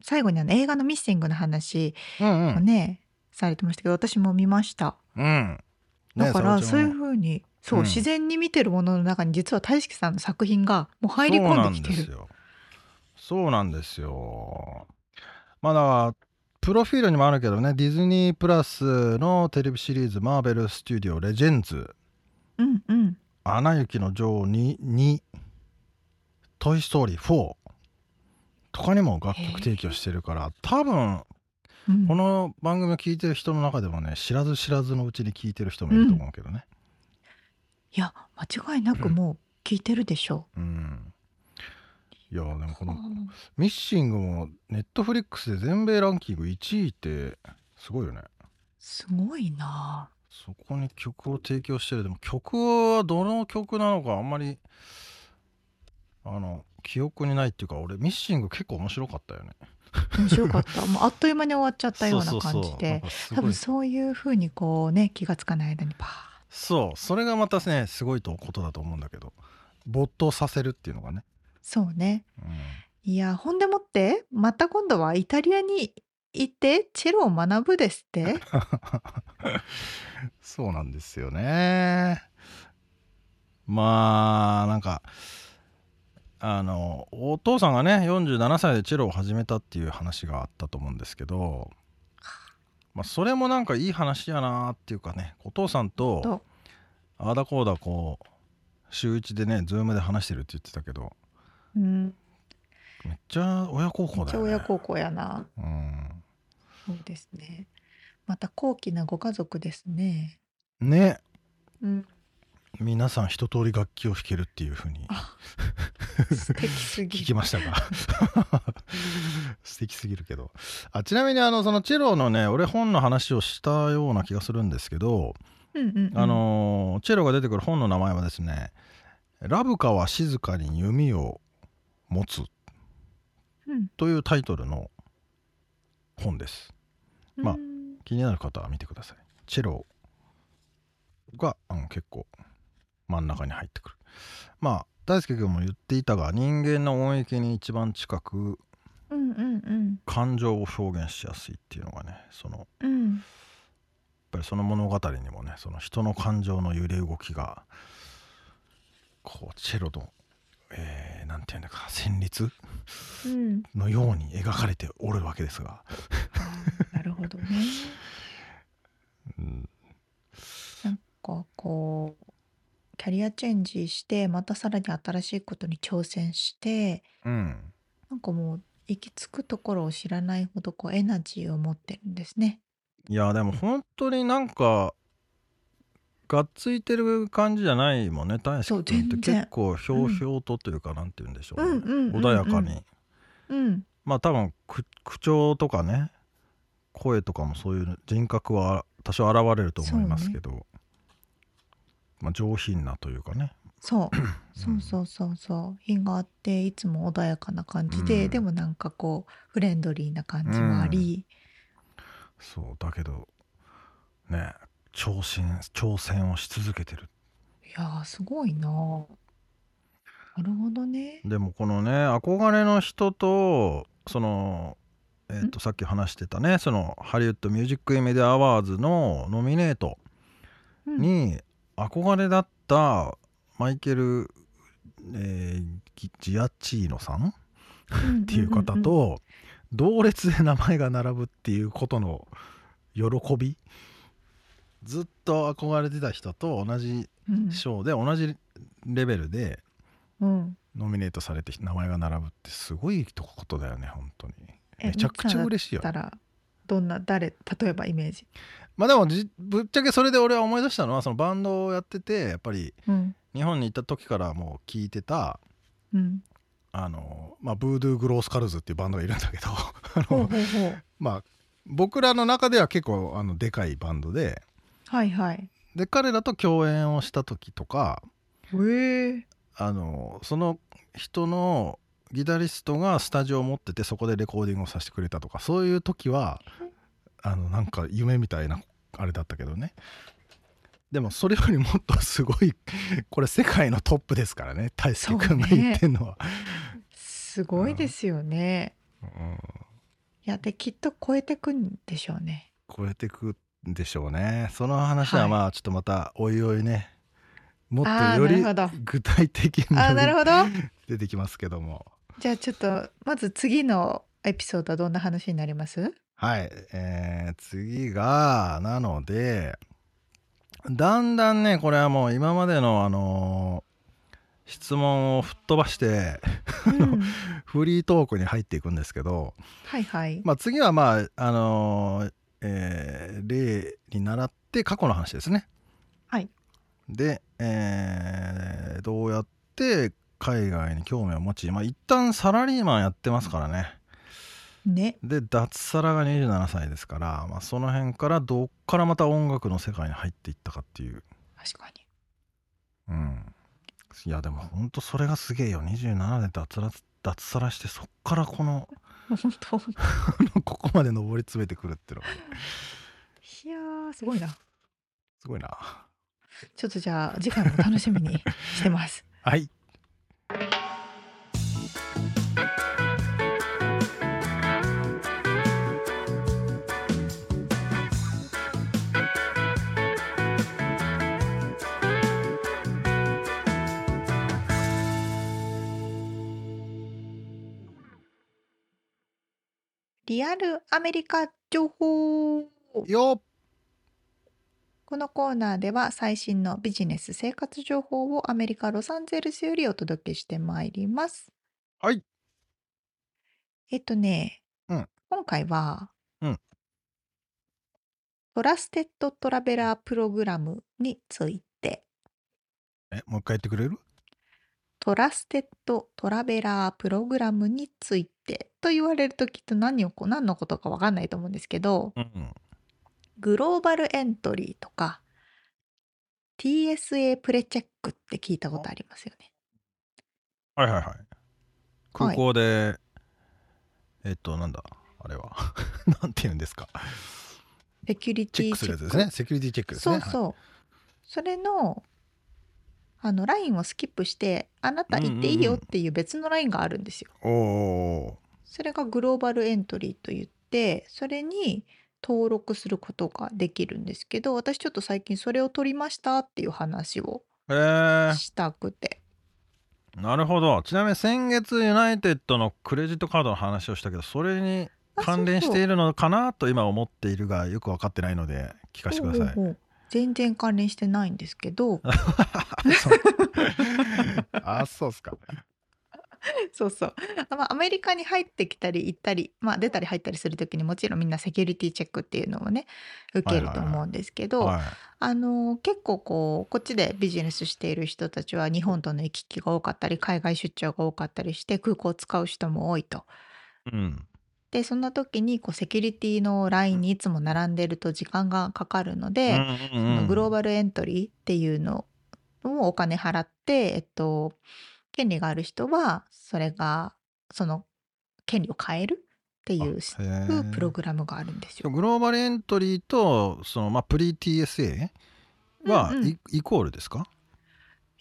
Speaker 1: 最後にあの映画のミッシングの話
Speaker 5: うんう
Speaker 1: を
Speaker 5: ん
Speaker 1: ね、されてましたけど、私も見ました。
Speaker 5: うんね
Speaker 1: だから
Speaker 5: 沙織ちゃんも
Speaker 1: そういうふうにそう、
Speaker 5: うん
Speaker 1: 自然に見てるものの中に実は大輔さんの作品がもう入り込んできて
Speaker 5: そうなんです
Speaker 1: る。
Speaker 5: よそうなんですよまあだからプロフィールにもあるけどねディズニープラスのテレビシリーズ「マーベル・スチューディオ・レジェンズ」
Speaker 1: うんうん。
Speaker 5: 「アナ雪の女王に」に「トイ・ストーリー4」とかにも楽曲提供してるから多分
Speaker 1: うん
Speaker 5: この番組を聴いてる人の中でもね知らず知らずのうちに聴いてる人もいると思うけどね。
Speaker 1: いや間違いなくもう聞いてるでしょ
Speaker 5: うんいやでもこ
Speaker 1: う。
Speaker 5: の「ミッシング」もネットフリックスで全米ランキング1位ってすごいよね。
Speaker 1: すごいなあ。
Speaker 3: そこに曲を提供してるでも曲はどの曲なのかあんまりあの記憶にないっていうか俺ミッシング結構面白かったよね
Speaker 1: 面白かったもうあっという間に終わっちゃったような感じ
Speaker 3: なん
Speaker 1: で
Speaker 3: かす
Speaker 1: 多
Speaker 3: ごい
Speaker 1: 分そういうふうにこうね気がつかない間にパーッ
Speaker 3: そうそれがまたねすごいとことだと思うんだけど没頭させるっていうのがね、
Speaker 1: そうね
Speaker 3: うん
Speaker 1: いやほんでもってまた今度はイタリアに行ってチェロを学ぶですって
Speaker 3: そうなんですよねまあなんかあのお父さんがね47歳でチェロを始めたっていう話があったと思うんですけど、まあ、それもなんかいい話やなっていうかねお父さん
Speaker 1: と
Speaker 3: とああだこうだこう週一でねズームで話してるって言ってたけど
Speaker 1: うん
Speaker 3: めっちゃ親孝行だ
Speaker 1: 一応
Speaker 3: よね
Speaker 1: 親孝行やな
Speaker 3: うん
Speaker 1: そうですねまた高貴なご家族ですね
Speaker 3: ね
Speaker 1: うん
Speaker 3: 皆さん一通り楽器を弾けるっていうふうに
Speaker 1: あ素敵すぎ
Speaker 3: 聞きましたか 素敵すぎるけどあちなみにあのそのチェロのね俺本の話をしたような気がするんですけど、
Speaker 1: うんうんうん
Speaker 3: あのーチェロが出てくる本の名前はですね「ラブカは静かに弓を持つ
Speaker 1: うん」
Speaker 3: というタイトルの本ですまあ
Speaker 1: うん
Speaker 3: 気になる方は見てくださいチェロが、うん、結構真ん中に入ってくるまあ大輔君も言っていたが人間の音域に一番近く
Speaker 1: うんうん
Speaker 3: 感情を表現しやすいっていうのがねそのやっ
Speaker 1: うんうん
Speaker 3: ぱりその物語にもねその人の感情の揺れ動きがこうチェロの、えー、なんていうんだか旋律
Speaker 1: うん
Speaker 3: のように描かれておるわけですが、
Speaker 1: なるほ どね
Speaker 3: うん、
Speaker 1: なんかこうキャリアチェンジしてまたさらに新しいことに挑戦して
Speaker 3: うん
Speaker 1: なんかもう行き着くところを知らないほどこうエナジーを持ってるんですね。
Speaker 3: いやでも本当になんかがっついてる感じじゃないもんね大
Speaker 1: そ
Speaker 3: 輔
Speaker 1: う
Speaker 3: 君って
Speaker 1: 全然
Speaker 3: 結構ひょうひょうとというか、なんて言うんでしょうね、
Speaker 1: うんうんうんうん
Speaker 3: 穏やかに
Speaker 1: うん、
Speaker 3: まあ多分く口調とかね声とかもそういう人格は多少現れると思いますけど、まあ上品なというかね
Speaker 1: そう、そうそうそうそう品があっていつも穏やかな感じで、
Speaker 3: うん
Speaker 1: でもなんかこうフレンドリーな感じもあり、
Speaker 3: そうだけどね挑戦挑戦をし続けてる
Speaker 1: いやーすごいなあなるほどね。
Speaker 3: でもこのね憧れの人とそのえっ、とさっき話してたねそのハリウッド・ミュージック・インメディア・アワーズのノミネート
Speaker 1: うん
Speaker 3: に憧れだったマイケル、えーギジアチーノさん
Speaker 1: っ
Speaker 3: っていう方と、同列で名前が並ぶっていうことの喜びずっと憧れてた人と同じ
Speaker 1: うん
Speaker 3: 賞で同じレベルで
Speaker 1: うん
Speaker 3: ノミネートされて名前が並ぶってすごいとことだよね本当に
Speaker 1: え
Speaker 3: めちゃくちゃ嬉しいよ
Speaker 1: だっ
Speaker 3: ね
Speaker 1: たらどんな誰例えばイメージ、
Speaker 3: まあでもじぶっちゃけそれで俺は思い出したのはそのバンドをやっててやっぱり
Speaker 1: うん
Speaker 3: 日本に行った時からもう聞いてた
Speaker 1: うん、
Speaker 3: あの、まあ、ブードゥー・グロース・カルズっていうバンドがいるんだけど あ
Speaker 1: ほうほ
Speaker 3: の
Speaker 1: うほう
Speaker 3: まあ僕らの中では結構あのでかいバンドで
Speaker 1: はいはい。
Speaker 3: で彼らと共演をした時とか
Speaker 1: えー、
Speaker 3: あのその人のギタリストがスタジオを持っててそこでレコーディングをさせてくれたとかそういう時はあのなんか夢みたいなあれだったけどねでもそれよりもっとすごいこれ世界のトップですからね大輔君が
Speaker 1: そうね
Speaker 3: 言ってんのは。
Speaker 1: すごいですよね。
Speaker 3: うん
Speaker 1: いやできっと超えてくんでしょうね。
Speaker 3: 超えてくんでしょうねその話はまあちょっとまたおいおいねもっ
Speaker 1: あー
Speaker 3: とより
Speaker 1: なるほ
Speaker 3: 具体的に
Speaker 1: あーなるほど。
Speaker 3: 出てきますけども
Speaker 1: じゃあちょっとまず次のエピソードはどんな話になり ます？
Speaker 3: はい、えー次がなのでだんだんねこれはもう今までのあのー質問を吹っ飛ばして
Speaker 1: うん、
Speaker 3: フリートークに入っていくんですけど、
Speaker 1: はいはい。
Speaker 3: まあ、次はまああのーえー例に倣って過去の話ですね。
Speaker 1: はい
Speaker 3: で、えーどうやって海外に興味を持ち、まあ、一旦サラリーマンやってますからね
Speaker 1: ね。
Speaker 3: で脱サラが27歳ですから、まあ、その辺からどっからまた音楽の世界に入っていったかっていう、
Speaker 1: 確かに。
Speaker 3: うん、いやでもほんとそれがすげえよ27で脱サラ脱サラしてそっからこの
Speaker 1: 本当。
Speaker 3: ここまで上り詰めてくるっていうのがね
Speaker 1: いやー、すごいな。
Speaker 3: すごいな
Speaker 1: ちょっとじゃあ、次回も楽しみにしてます。
Speaker 3: はい
Speaker 1: リアルアメリカ情報。
Speaker 3: よっ
Speaker 1: このコーナーでは最新のビジネス生活情報をアメリカ・ロサンゼルスよりお届けしてまいります。
Speaker 3: はい。
Speaker 1: えっとね、
Speaker 3: うん
Speaker 1: 今回は、
Speaker 3: うん
Speaker 1: トラステッド・トラベラー・プログラムについて、
Speaker 3: えもう一回言ってくれる
Speaker 1: トラステッド・トラベラー・プログラムについてと言われるときっと何をこ何のことかわかんないと思うんですけど、
Speaker 3: うん
Speaker 1: グローバルエントリーとか TSA プレチェックって聞いたことありますよね。
Speaker 3: はいはいはい空港で、えっとなんだあれは なんて言うんですか
Speaker 1: セキュリテ
Speaker 3: チェッ
Speaker 1: ィ
Speaker 3: クするやつですねセキュリティチェックです
Speaker 1: そ
Speaker 3: ね
Speaker 1: うそう。それのあのラインをスキップしてあなた行っていいよっていう別のラインがあるんですよ。
Speaker 3: はい、おーお
Speaker 1: それがグローバルエントリーと言ってそれに登録することができるんですけど私ちょっと最近それを取りましたっていう話を
Speaker 3: ーへえ
Speaker 1: したくて。
Speaker 3: なるほどちなみに先月ユナイテッドのクレジットカードの話をしたけどそれに
Speaker 1: あ
Speaker 3: 関連して
Speaker 1: そう
Speaker 3: いるのかなと今思っているがよく分かってないので聞かせてください
Speaker 1: ほうほうほう全然関連してないんですけど
Speaker 3: あそうっすか
Speaker 1: そうそう。まあ、アメリカに入ってきたり行ったり、まあ、出たり入ったりするときにもちろんみんなセキュリティチェックっていうのをね受けると思うんですけど、
Speaker 3: はい
Speaker 1: あの結構こうこっちでビジネスしている人たちは日本との行き来が多かったり海外出張が多かったりして空港を使う人も多いと。
Speaker 3: うん
Speaker 1: でそんな時にこうセキュリティのラインにいつも並んでると時間がかかるので、
Speaker 3: う
Speaker 1: そ
Speaker 3: ん
Speaker 1: のグロー
Speaker 3: バ
Speaker 1: バルエントリーっていうのをお金払って、えっと、権利がある人はそれがその権利を変えるっていうしプログラムがあるんですよ。
Speaker 3: グローバルエントリーとその、まあ、プリ TSA は、
Speaker 1: うんうん
Speaker 3: イイコールですか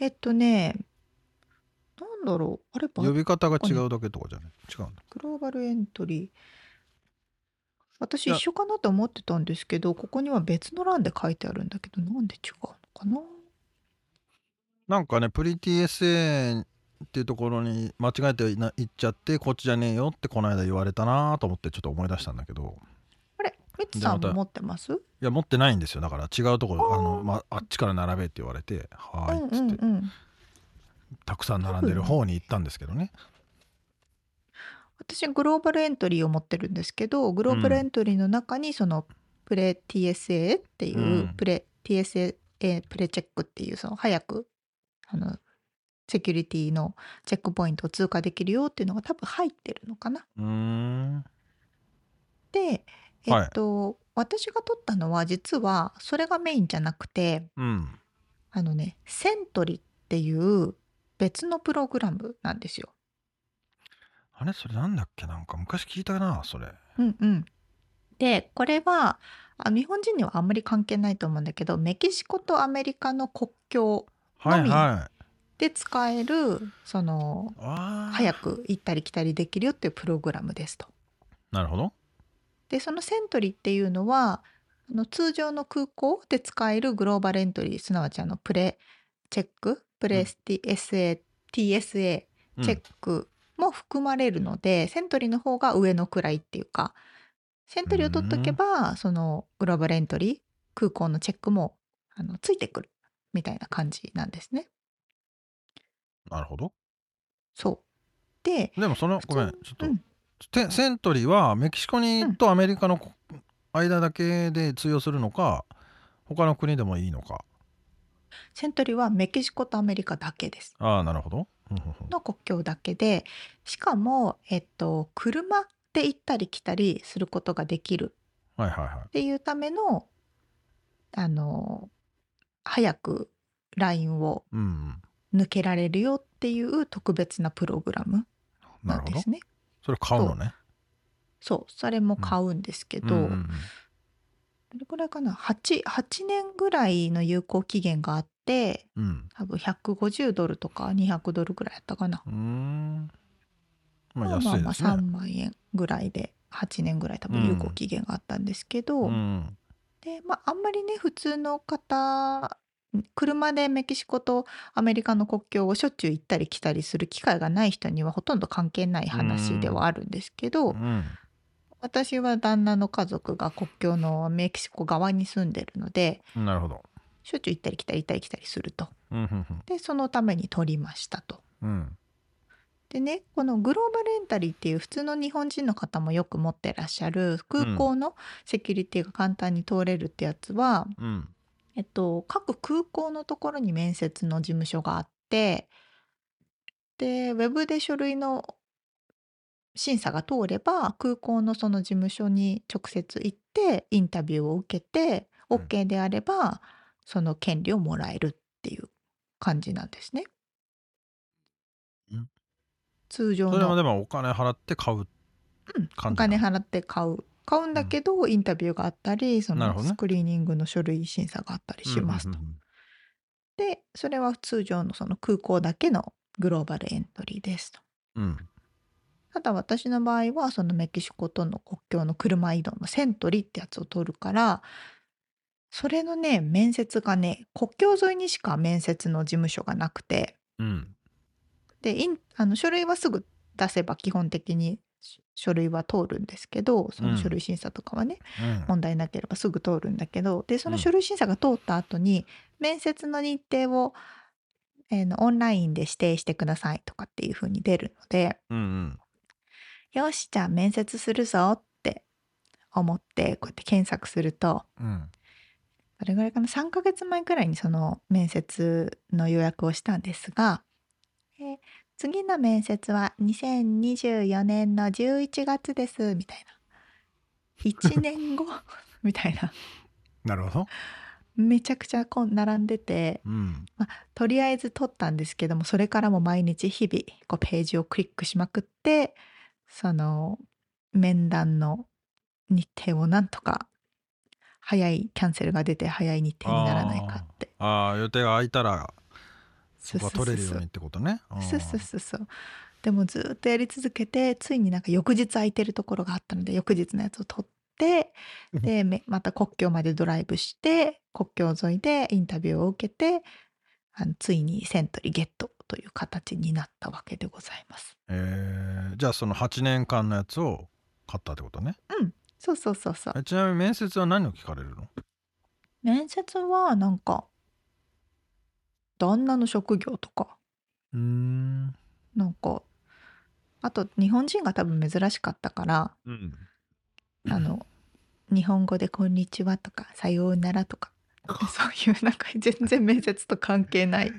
Speaker 1: えっとねなんだろうあれば
Speaker 3: 呼
Speaker 1: グ
Speaker 3: び方が違うだけとかじゃない違うんだ
Speaker 1: ローバルエントリー私
Speaker 3: いや
Speaker 1: 一緒かなと思ってたんですけどここには別の欄で書いてあるんだけどなんで違うのかな
Speaker 3: なんかねプリ TSA っていうところに間違えていな行っちゃってこっちじゃねえよってこの間言われたなと思ってちょっと思い出したんだけど
Speaker 1: あれミツさん
Speaker 3: じゃ
Speaker 1: も
Speaker 3: あまた
Speaker 1: 持ってます
Speaker 3: いや持ってないんですよだから違うところ
Speaker 1: あー
Speaker 3: あの、まあっちから並べって言われてはーいっつって、
Speaker 1: うんうんうん
Speaker 3: たくさん並んでる方に行ったんですけどね
Speaker 1: 私グローバルエントリーを持ってるんですけどグローバルエントリーの中にそのプレ TSA っていう、
Speaker 3: うん
Speaker 1: プレ TSA プレチェックっていうその早くあのセキュリティのチェックポイントを通過できるよっていうのが多分入ってるのかな。
Speaker 3: うーん
Speaker 1: でえ
Speaker 3: はい
Speaker 1: っと、私が取ったのは実はそれがメインじゃなくて
Speaker 3: うん
Speaker 1: あのねセントリっていう別のプログラムなんですよ。
Speaker 3: あれそれなんだっけなんか昔聞いたなそれ
Speaker 1: うんうん、でこれはあ日本人にはあんまり関係ないと思うんだけどメキシコとアメリカの国境
Speaker 3: はい
Speaker 1: の
Speaker 3: は
Speaker 1: み
Speaker 3: いあ
Speaker 1: で使えるその
Speaker 3: あー
Speaker 1: 早く行ったり来たりできるよっていうプログラムですと。
Speaker 3: なるほど
Speaker 1: でそのセントリーっていうのはあの通常の空港で使えるグローバルエントリーすなわちあのプレチェックプレス TSA、TSA
Speaker 3: うん
Speaker 1: チェックも含まれるので、セントリーの方が上の位っていうかセントリーを取っとけば、そのグローバルエントリー空港のチェックもあのついてくるみたいな感じなんですね。
Speaker 3: なるほど
Speaker 1: そうで
Speaker 3: でもその
Speaker 1: 普通
Speaker 3: ごめんちょっと、
Speaker 1: うん
Speaker 3: てセントリーはメキシコにとアメリカのこ間だけで通用するのか他の国でもいいのか
Speaker 1: セントリーはメキシコとアメリカだけです。
Speaker 3: ああなるほどうんうんうん
Speaker 1: の国境だけでしかも、えっと、車って行ったり来たりすることができる
Speaker 3: はいはいは
Speaker 1: っていうためのあの早くラインを
Speaker 3: い。うん。
Speaker 1: 抜けられるよっていう特別なプログラムな
Speaker 3: な
Speaker 1: ん
Speaker 3: るほ
Speaker 1: で
Speaker 3: ど
Speaker 1: す。ね。
Speaker 3: それ買うのね。
Speaker 1: そうそれも買うんですけど、
Speaker 3: うんうんうん
Speaker 1: どれくらいかな 8, 8年ぐらいの有効期限があって
Speaker 3: うん。
Speaker 1: 多分150ドルとか200ドルぐらいやったかな、
Speaker 3: うーん。まあ
Speaker 1: まあまあ
Speaker 3: 安い
Speaker 1: ま
Speaker 3: で
Speaker 1: あ
Speaker 3: すね。
Speaker 1: 3万円ぐらいで8年ぐらい多
Speaker 3: うん
Speaker 1: 分有効期限があったんですけど、
Speaker 3: うん。
Speaker 1: でまああんまりね普通の方車でメキシコとアメリカの国境をしょっちゅう行ったり来たりする機会がない人にはほとんど関係ない話ではあるんですけど、
Speaker 3: うん。
Speaker 1: 私は旦那の家族が国境のメキシコ側に住んでるので
Speaker 3: なるほど。
Speaker 1: しょっちゅう行ったり来たり行ったり来たりすると。
Speaker 3: うんうん
Speaker 1: でそのために取りましたと。
Speaker 3: うん。うん。
Speaker 1: でねこのグローバルエンタリーっていう普通の日本人の方もよく持ってらっしゃる空港のセキュリティが簡単に通れるってやつは、
Speaker 3: うん。
Speaker 1: えっと、各空港のところに面接の事務所があってでウェブで書類の審査が通れば空港のその事務所に直接行ってインタビューを受けて
Speaker 3: うん
Speaker 1: OK であればその権利をもらえるっていう感じなんですね
Speaker 3: うん。
Speaker 1: 通常
Speaker 3: それは
Speaker 1: の
Speaker 3: でもお金払って買う
Speaker 1: うん
Speaker 3: 感
Speaker 1: お
Speaker 3: じなの
Speaker 1: 金払って買う買うんだけどインタビューがあったりそ
Speaker 3: なるほ
Speaker 1: の
Speaker 3: どね
Speaker 1: スクリーニングの書類審査があったりしますと
Speaker 3: うん。うん
Speaker 1: でそれは通常のその空港だけのグローバルエントリーですと。
Speaker 3: うんうん。
Speaker 1: ただ私の場合はそのメキシコとの国境の車移動のセントリーってやつを取るからそれのね面接がね国境沿いにしか面接の事務所がなくて
Speaker 3: うん。
Speaker 1: でインあの書類はすぐ出せば基本的に書書類は通るんですけどその書類審査とかはね、
Speaker 3: うん
Speaker 1: 問題なければすぐ通るんだけどでその
Speaker 3: うん
Speaker 1: 書類審査が通った後に、面接の日程を、えーのオンラインで指定してくださいとかっていう風に出るので
Speaker 3: うんうん。
Speaker 1: よしじゃあ面接するぞって思ってこうやって検索すると
Speaker 3: うん。
Speaker 1: どれぐらいかな3ヶ月前くらいにその面接の予約をしたんですが、えー次の面接は2024年の11月ですみたいな1年後 みたいな
Speaker 3: なるほど。
Speaker 1: めちゃくちゃこう並んでて
Speaker 3: うん。
Speaker 1: とりあえず撮ったんですけどもそれからも毎日日々こうページをクリックしまくってその面談の日程をなんとか早いキャンセルが出て早い日程にならないかって
Speaker 3: ああ、予定が空いたら、そこが取れるよ
Speaker 1: そう
Speaker 3: にってことね。
Speaker 1: うそうそう
Speaker 3: あ
Speaker 1: そうそうでもずっとやり続けてついになんか翌日空いてるところがあったので翌日のやつを撮ってでめまた国境までドライブして国境沿いでインタビューを受けてあのついにセントリーゲットという形になったわけでございます。
Speaker 3: ー。えーじゃあその8年間のやつを買ったってことね。
Speaker 1: そうそうそうそう
Speaker 3: えちなみに面接は何を聞かれるの
Speaker 1: 面接はなんか旦那の職業とか
Speaker 3: うん。
Speaker 1: なんかあと日本人が多分珍しかったから
Speaker 3: うん。
Speaker 1: あの、日本語で「こんにちは」とか「さようなら」とか そういうなんか全然面接と関係ない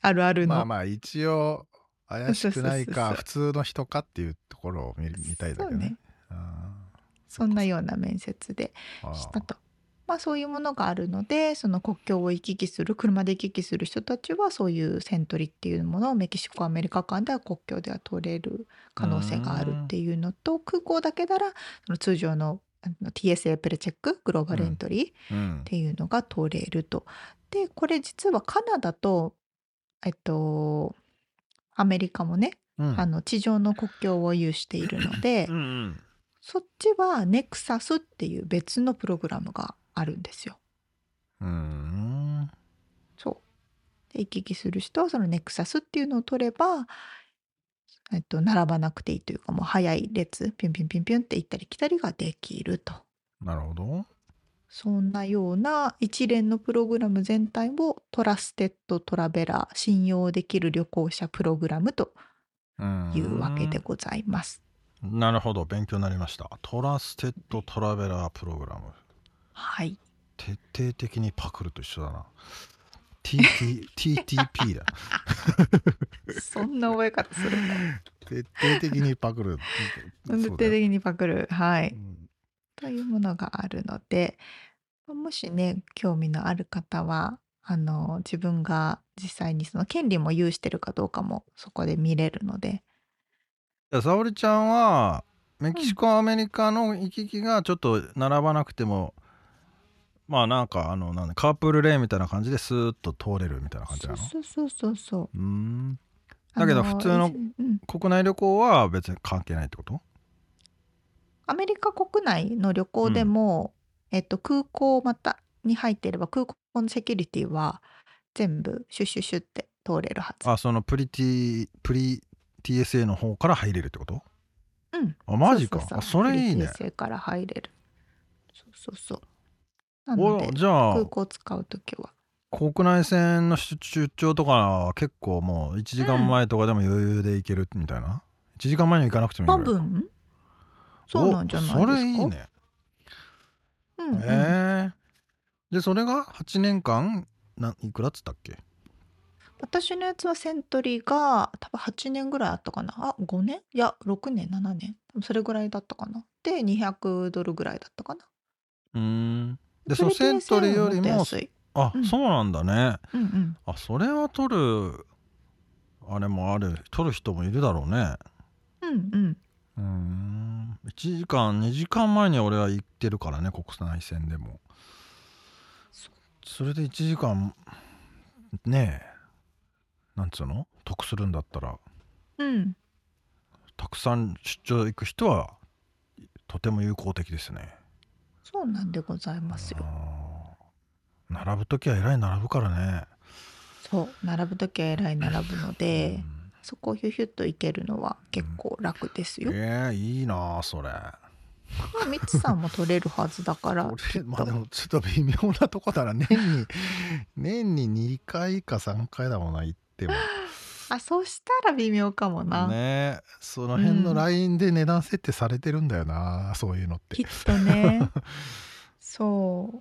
Speaker 1: あるあるの、
Speaker 2: まあまあ一応怪しくない
Speaker 1: そうそうそうそ
Speaker 2: か
Speaker 1: う
Speaker 2: 普通の人かっていうところを見見たいだ
Speaker 1: そう
Speaker 2: けね
Speaker 1: ね。
Speaker 2: あ
Speaker 1: そんなような面接で
Speaker 2: ーあー
Speaker 1: したと。まあそういうものがあるのでその国境を行き来する車で行き来する人たちはそういうセントリーっていうものをメキシコアメリカ間では国境では取れる可能性があるっていうのと空港だけならその通常のあの TSA プレチェックグローバルエントリー
Speaker 3: うん
Speaker 1: っ。ていうのが取れると。でこれ実はカナダとえっとアメリカもね、
Speaker 3: うん
Speaker 1: あの地上の国境を有しているので、
Speaker 3: うんうん。
Speaker 1: そっちはネクサスっていう別のプログラムがあるんですよ。
Speaker 3: うん。
Speaker 1: そうで行き来する人はそのネクサスっていうのを取れば、えっと、並ばなくていいというかもう早い列ピュンピュンピュンピュンって行ったり来たりができると。
Speaker 3: なるほど。
Speaker 1: そんなような一連のプログラム全体をトラステッドトラベラー信用できる旅行者プログラムと
Speaker 3: うん
Speaker 1: いうわけでございます。
Speaker 3: なるほど勉強になりましたトラステッドトラベラープログラム
Speaker 1: はい。
Speaker 3: 徹底的にパクると一緒だな TTP だ。
Speaker 2: そんな覚え方するんだ
Speaker 3: 徹底的にパクる。そうだ
Speaker 2: 徹
Speaker 3: よ
Speaker 2: 底的にパクる。はい。
Speaker 3: うん
Speaker 2: というものがあるのでもしね興味のある方はあの自分が実際にその権利も有してるかどうかもそこで見れるので
Speaker 3: じゃあ沙織ちゃんはメキシコ、アメリカの行き来がちょっと並ばなくてもまあなんかあのなんだカープルレーンみたいな感じでスーッと通れるみたいな感じなの
Speaker 2: そうそうそうそう
Speaker 3: うーん
Speaker 2: あ
Speaker 3: だけど普通の
Speaker 2: うん、
Speaker 3: 国内旅行は別に関係ないってこと
Speaker 2: アメリカ国内の旅行でも、えっと、空港またに入っていれば空港のセキュリティは全部シュッシュッシュッって通れるはず
Speaker 3: あそのプリティプリ TSA の方から入れるってこと
Speaker 2: うん
Speaker 3: あマジ
Speaker 2: う
Speaker 3: か
Speaker 2: うう
Speaker 3: あそれいい
Speaker 2: セキュ
Speaker 3: ね
Speaker 2: リティ制から入れるそうそうそうなの
Speaker 3: お
Speaker 2: で
Speaker 3: じゃあ
Speaker 2: 空港使うときは
Speaker 3: 国内線の出出張とかは結構もう1時間前とかでも余裕で行けるみたいな、1時間前に行かなくてもい
Speaker 2: 多
Speaker 3: いぐらい
Speaker 2: 分そうなんじゃないですか
Speaker 3: おそれいいね
Speaker 2: うんうん
Speaker 3: へえでそれが8年間ないくらっつったっけ
Speaker 2: 私のやつはセントリーが多分8年ぐらいあったかなあ5年いや6年7年多分それぐらいだったかなで200ドルぐらいだったかな
Speaker 3: うんで
Speaker 2: そ
Speaker 3: その
Speaker 2: れ
Speaker 3: セントリーより
Speaker 2: 計算は
Speaker 3: も
Speaker 2: っと安い
Speaker 3: あ、
Speaker 2: うん
Speaker 3: そうなんだね
Speaker 2: うんうん
Speaker 3: あそれは取るあれもある取る人もいるだろうね
Speaker 2: うんうん
Speaker 3: うーん1時間2時間前に俺は行ってるからね国内線でも
Speaker 2: そ
Speaker 3: それで1時間ねえなんつうの得するんだったら
Speaker 2: うん
Speaker 3: たくさん出張行く人はとても有効的ですね
Speaker 2: そうなんでございますよ
Speaker 3: あー並ぶ時はえらい並ぶからね、
Speaker 2: そう並ぶときはえらい並ぶので
Speaker 3: うん
Speaker 2: そこをヒュヒュッと行けるのは結構楽ですよ、
Speaker 3: えー、いいなあそれ
Speaker 2: まあみつさんも取れるはずだから
Speaker 3: 俺まあでもちょっと微妙なとこだな年に年に2回か3回だもんな行っても
Speaker 2: あそうしたら微妙かもな、
Speaker 3: ねえその辺
Speaker 2: う
Speaker 3: の
Speaker 2: ん
Speaker 3: LINE で値段設定されてるんだよな、そういうのって
Speaker 2: きっと ねそう、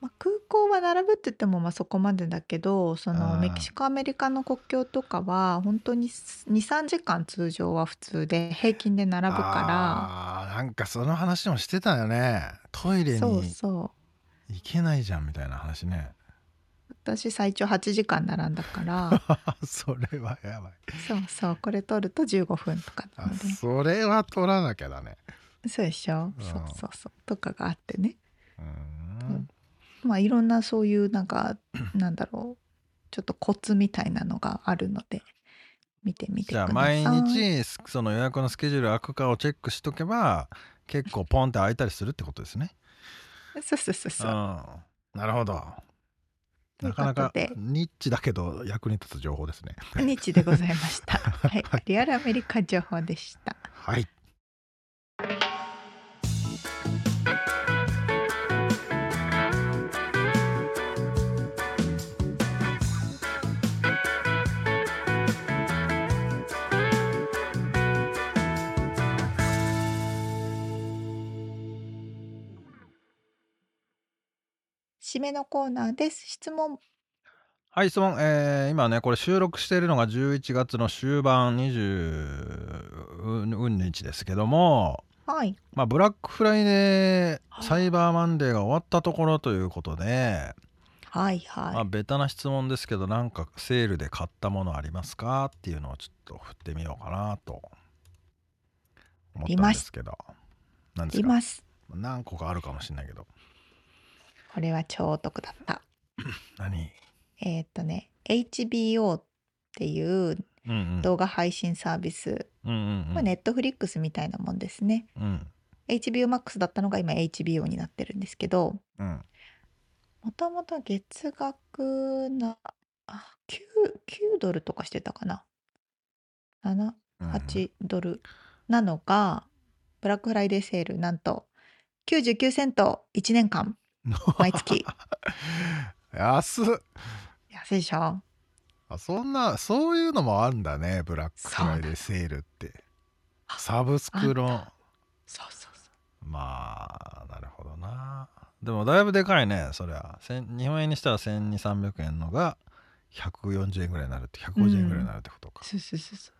Speaker 2: まあ、空港は並ぶって言ってもまあそこまでだけどその
Speaker 3: あー
Speaker 2: メキシコアメリカの国境とかは本当に23時間通常は普通で平均で並ぶか
Speaker 3: あーなんかその話もしてたよねトイ
Speaker 2: ら
Speaker 3: レに
Speaker 2: そう
Speaker 3: 行
Speaker 2: そう
Speaker 3: けないじゃんみたいな話ね
Speaker 2: 私最長8時間並んだから
Speaker 3: それはやばい
Speaker 2: そうそうこれ取ると15分とかな
Speaker 3: あ
Speaker 2: ので
Speaker 3: それは取らなきゃだね
Speaker 2: そうでしょ、
Speaker 3: うん
Speaker 2: そうそうそうとかがあってね
Speaker 3: うー
Speaker 2: うんんまあいろんなそういうなん かなんだろうちょっとコツみたいなのがあるので見てみてく
Speaker 3: じ
Speaker 2: だ
Speaker 3: ゃあ
Speaker 2: さい。
Speaker 3: 毎日すその予約のスケジュール開くかをチェックしとけば結構ポンって開いたりするってことですね
Speaker 2: そうそうそう
Speaker 3: うん
Speaker 2: そう。
Speaker 3: なるほど
Speaker 2: という
Speaker 3: な
Speaker 2: こ
Speaker 3: か
Speaker 2: と
Speaker 3: なか
Speaker 2: で
Speaker 3: ニッチだけど役に立つ情報です ね
Speaker 2: 日でございま した。はい、リアルアメリカ情報でした。
Speaker 3: はい
Speaker 2: 締めのコーナーです。質問。
Speaker 3: はい、質問。えー今ね、これ収録しているのが11月の終盤20日ですけども、
Speaker 2: はい。
Speaker 3: まあ、ブラックフライデー、サイバーマンデーが終わったところということで、
Speaker 2: はい
Speaker 3: まあ、
Speaker 2: は
Speaker 3: ベタな質問ですけど、なんかセールで買ったものありますかっていうのをちょっと振ってみようかなと思ったんですけど。何で
Speaker 2: い。
Speaker 3: す
Speaker 2: い
Speaker 3: か
Speaker 2: ます。
Speaker 3: 何個かあるかもしれないけど。
Speaker 2: これは超お得だった。
Speaker 3: 何
Speaker 2: えーっとね、HBO っていう
Speaker 3: うんうん。
Speaker 2: 動画配信サービス、
Speaker 3: うんうん
Speaker 2: ま
Speaker 3: う
Speaker 2: あ
Speaker 3: ん。
Speaker 2: ネットフリックスみたいなもんですね。
Speaker 3: うん。
Speaker 2: HBO Max だったのが今 HBO になってるんですけど、
Speaker 3: うん。
Speaker 2: もともと月額な、あ、9、9ドルとかしてたかな。7、
Speaker 3: うん
Speaker 2: 8ドルなのが、ブラックフライデーセール、なんと99セント1年間、毎 月。
Speaker 3: 安っ
Speaker 2: 安いでしょ
Speaker 3: あそんなそういうのもあるんだねブラックフライデーセールってサブスク
Speaker 2: あん
Speaker 3: の
Speaker 2: たそうそうそ
Speaker 3: まあなるほどなでもだいぶでかいねそりゃせん日本円にしたら1200300円のが140円ぐらいになるって150円ぐらいになるってことか、
Speaker 2: そうそうそうそう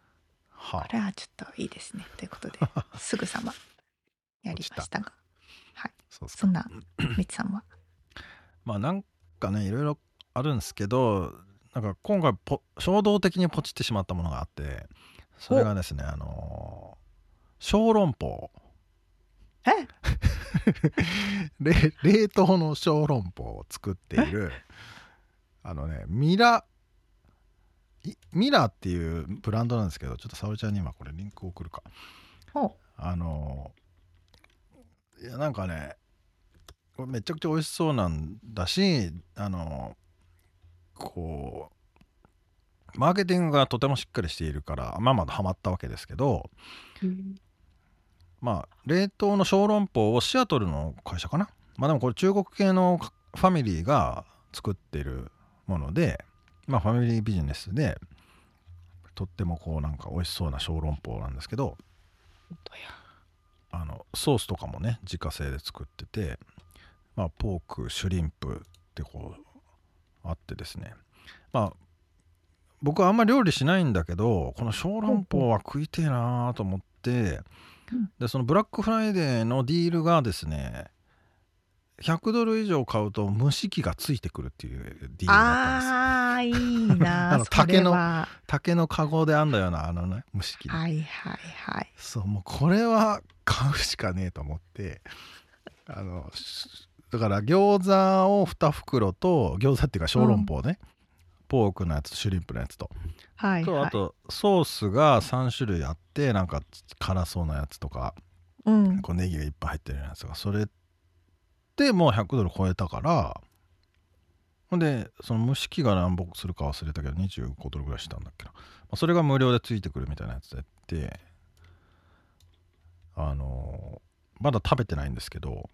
Speaker 3: は
Speaker 2: これはちょっといいですねという ことですぐさまやりましたが
Speaker 3: そうっすか
Speaker 2: そんなみつさんは
Speaker 3: まあなんかねいろいろあるんですけどなんか今回ポ衝動的にポチってしまったものがあってそれがですねあのー小籠包
Speaker 2: え
Speaker 3: れ冷凍の小籠包を作っているあのねミラいミラっていうブランドなんですけどちょっと沙織ちゃんに今これリンク送るか
Speaker 2: ほ
Speaker 3: あのいやなんかねこれめちゃくちゃ美味しそうなんだしあのこうマーケティングがとてもしっかりしているからまあまあハマったわけですけどまあ冷凍の小籠包をシアトルの会社かなまあでもこれ中国系のかファミリーが作ってるものでまあファミリービジネスでとってもこうなんか美味しそうな小籠包なんですけどあのソースとかもね自家製で作ってて、まあ、ポークシュリンプってこうあってですねまあ僕はあんま料理しないんだけどこの小籠包は食いてえなーと思って
Speaker 2: うん
Speaker 3: でそのブラックフライデーのディールがですね100ドル以上買うと蒸し器がついてくるっていうディールだったんです よ
Speaker 2: あーいい
Speaker 3: あ
Speaker 2: な
Speaker 3: の
Speaker 2: それ
Speaker 3: 竹の
Speaker 2: は
Speaker 3: 竹のカゴであんだよなあのね蒸し器ね
Speaker 2: はいはいはい
Speaker 3: そうもうこれは買うしかねえと思ってあのしだから餃子を2袋と餃子っていうか小籠包ね、ポークのやつとシュリンプのやつと、
Speaker 2: はい
Speaker 3: と
Speaker 2: は
Speaker 3: あ
Speaker 2: い
Speaker 3: とソースが3種類あってなんか辛そうなやつとか
Speaker 2: うん
Speaker 3: こうネギがいっぱい入ってるやつとかそれでもう100ドル超えたからほんでその蒸し器が何ぼするか忘れたけど25ドルぐらいしたんだっけな、まあそれが無料でついてくるみたいなやつでってあのーまだ食べてないんですけど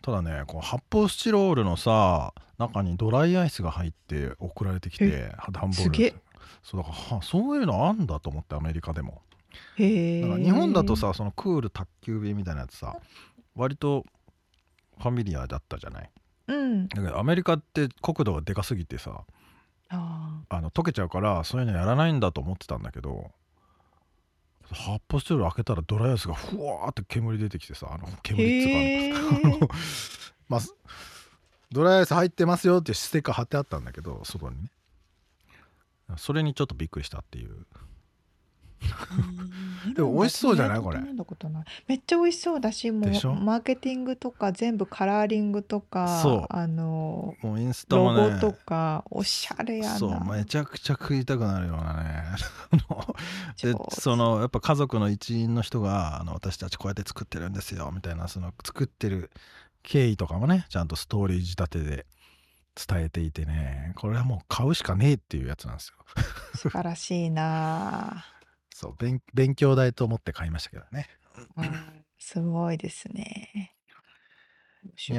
Speaker 3: ただねこう発泡スチロールのさ中にドライアイスが入って送られてきて段ボー
Speaker 2: す
Speaker 3: ル
Speaker 2: げえ
Speaker 3: そうだからはそういうのあんだと思ってアメリカでも
Speaker 2: へえ
Speaker 3: だから日本だとさそのクール宅急便みたいなやつさ割とファミリアだったじゃない
Speaker 2: うん
Speaker 3: だけどアメリカって国土がでかすぎてさ
Speaker 2: あ
Speaker 3: あの溶けちゃうからそういうのやらないんだと思ってたんだけど発泡スチロール開けたらドライアイスがふわーって煙出てきてさあの
Speaker 2: ー
Speaker 3: 煙っつうかあの
Speaker 2: へえ
Speaker 3: まあ、すドライアイス入ってますよっていうステッカー貼ってあったんだけど外にねそれにちょっとびっくりしたっていうでも美味しそうじゃないこれ
Speaker 2: 飲んだことないめっちゃ美味しそうだしも
Speaker 3: でしょ
Speaker 2: うマーケティングとか全部カラーリングとか
Speaker 3: そう
Speaker 2: あの
Speaker 3: もうインスタ
Speaker 2: ロ
Speaker 3: もね
Speaker 2: ゴとかおしゃれやな
Speaker 3: そうめちゃくちゃ食いたくなるようなね あので
Speaker 2: 上手
Speaker 3: そのやっぱ家族の一員の人があの私たちこうやって作ってるんですよみたいなその作ってる経緯とかもねちゃんとストーリー仕立てで伝えていてねこれはもう買うしかねえっていうやつなんですよ
Speaker 2: 素晴らしいな
Speaker 3: そう勉勉強代と思って買いましたけどね
Speaker 2: あうんすごいですね面
Speaker 3: い
Speaker 2: 白い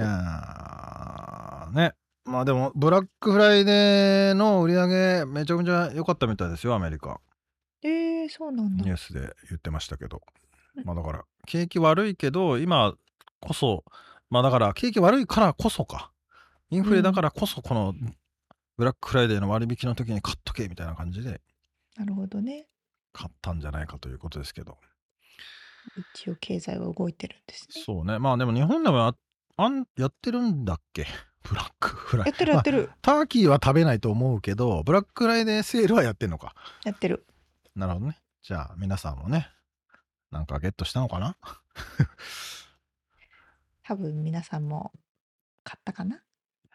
Speaker 3: やーねまあでもブラックフライデーの売り上げめちゃくちゃ良かったみたいですよアメリカ
Speaker 2: えー、そうなんだ
Speaker 3: ニュースで言ってましたけど、まあだから景気悪いけど今こそまあだから景気悪いからこそかインフレだからこそこのブラックフライデーの割引の時に買っとけみたいな感じで
Speaker 2: なるほどね
Speaker 3: 買ったんじゃないかということですけど
Speaker 2: 一応経済は動いてるんですね
Speaker 3: そうねまあでも日本でもああんやってるんだっけブラックフライ
Speaker 2: やってるやってる、
Speaker 3: ターキーは食べないと思うけどブラックフライデーセールはやってんのか
Speaker 2: やってる
Speaker 3: なるほどねじゃあ皆さんもねなんかゲットしたのかな
Speaker 2: 多分皆さんも買ったかな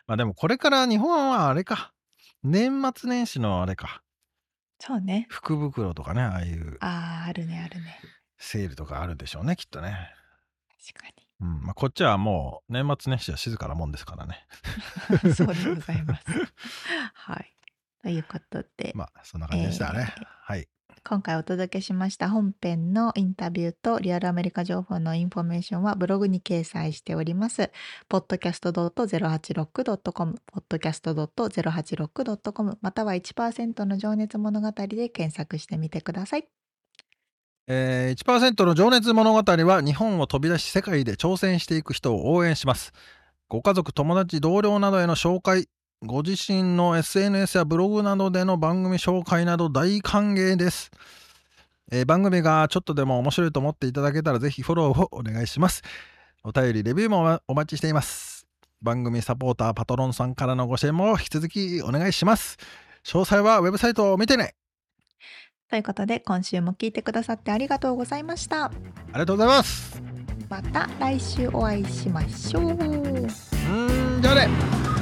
Speaker 3: まあでもこれから日本はあれか年末年始のあれか
Speaker 2: そうね
Speaker 3: 福袋とかねああいう
Speaker 2: あーあるねあるね
Speaker 3: セールとかあるでしょうねきっとね、
Speaker 2: 確かに
Speaker 3: うんまあ、こっちはもう年末年始は静かなもんですからね
Speaker 2: そうでござい ます。はい。ということで、
Speaker 3: まあそんな感じでしたね、
Speaker 2: えー
Speaker 3: はい
Speaker 2: 今回お届けしました本編のインタビューとリアルアメリカ情報のインフォメーションはブログに掲載しております。podcast.086.com、podcast.086.com、または1%の情熱物語で検索してみてください。
Speaker 3: えー、1%の情熱物語は日本を飛び出し世界で挑戦していく人を応援しますご家族友達同僚などへの紹介ご自身の SNS やブログなどでの番組紹介など大歓迎です。えー番組がちょっとでも面白いと思っていただけたらぜひフォローをお願いします。お便り、レビューもおお待ちしています。番組サポーター、パトロンさんからのご支援も引き続きお願いします。詳細はウェブサイトを見てね
Speaker 2: ということで今週も聞いてくださってありがとうございました
Speaker 3: ありがとうございます
Speaker 2: また来週お会いしましょう
Speaker 3: うーん、じゃあね
Speaker 2: バイバイ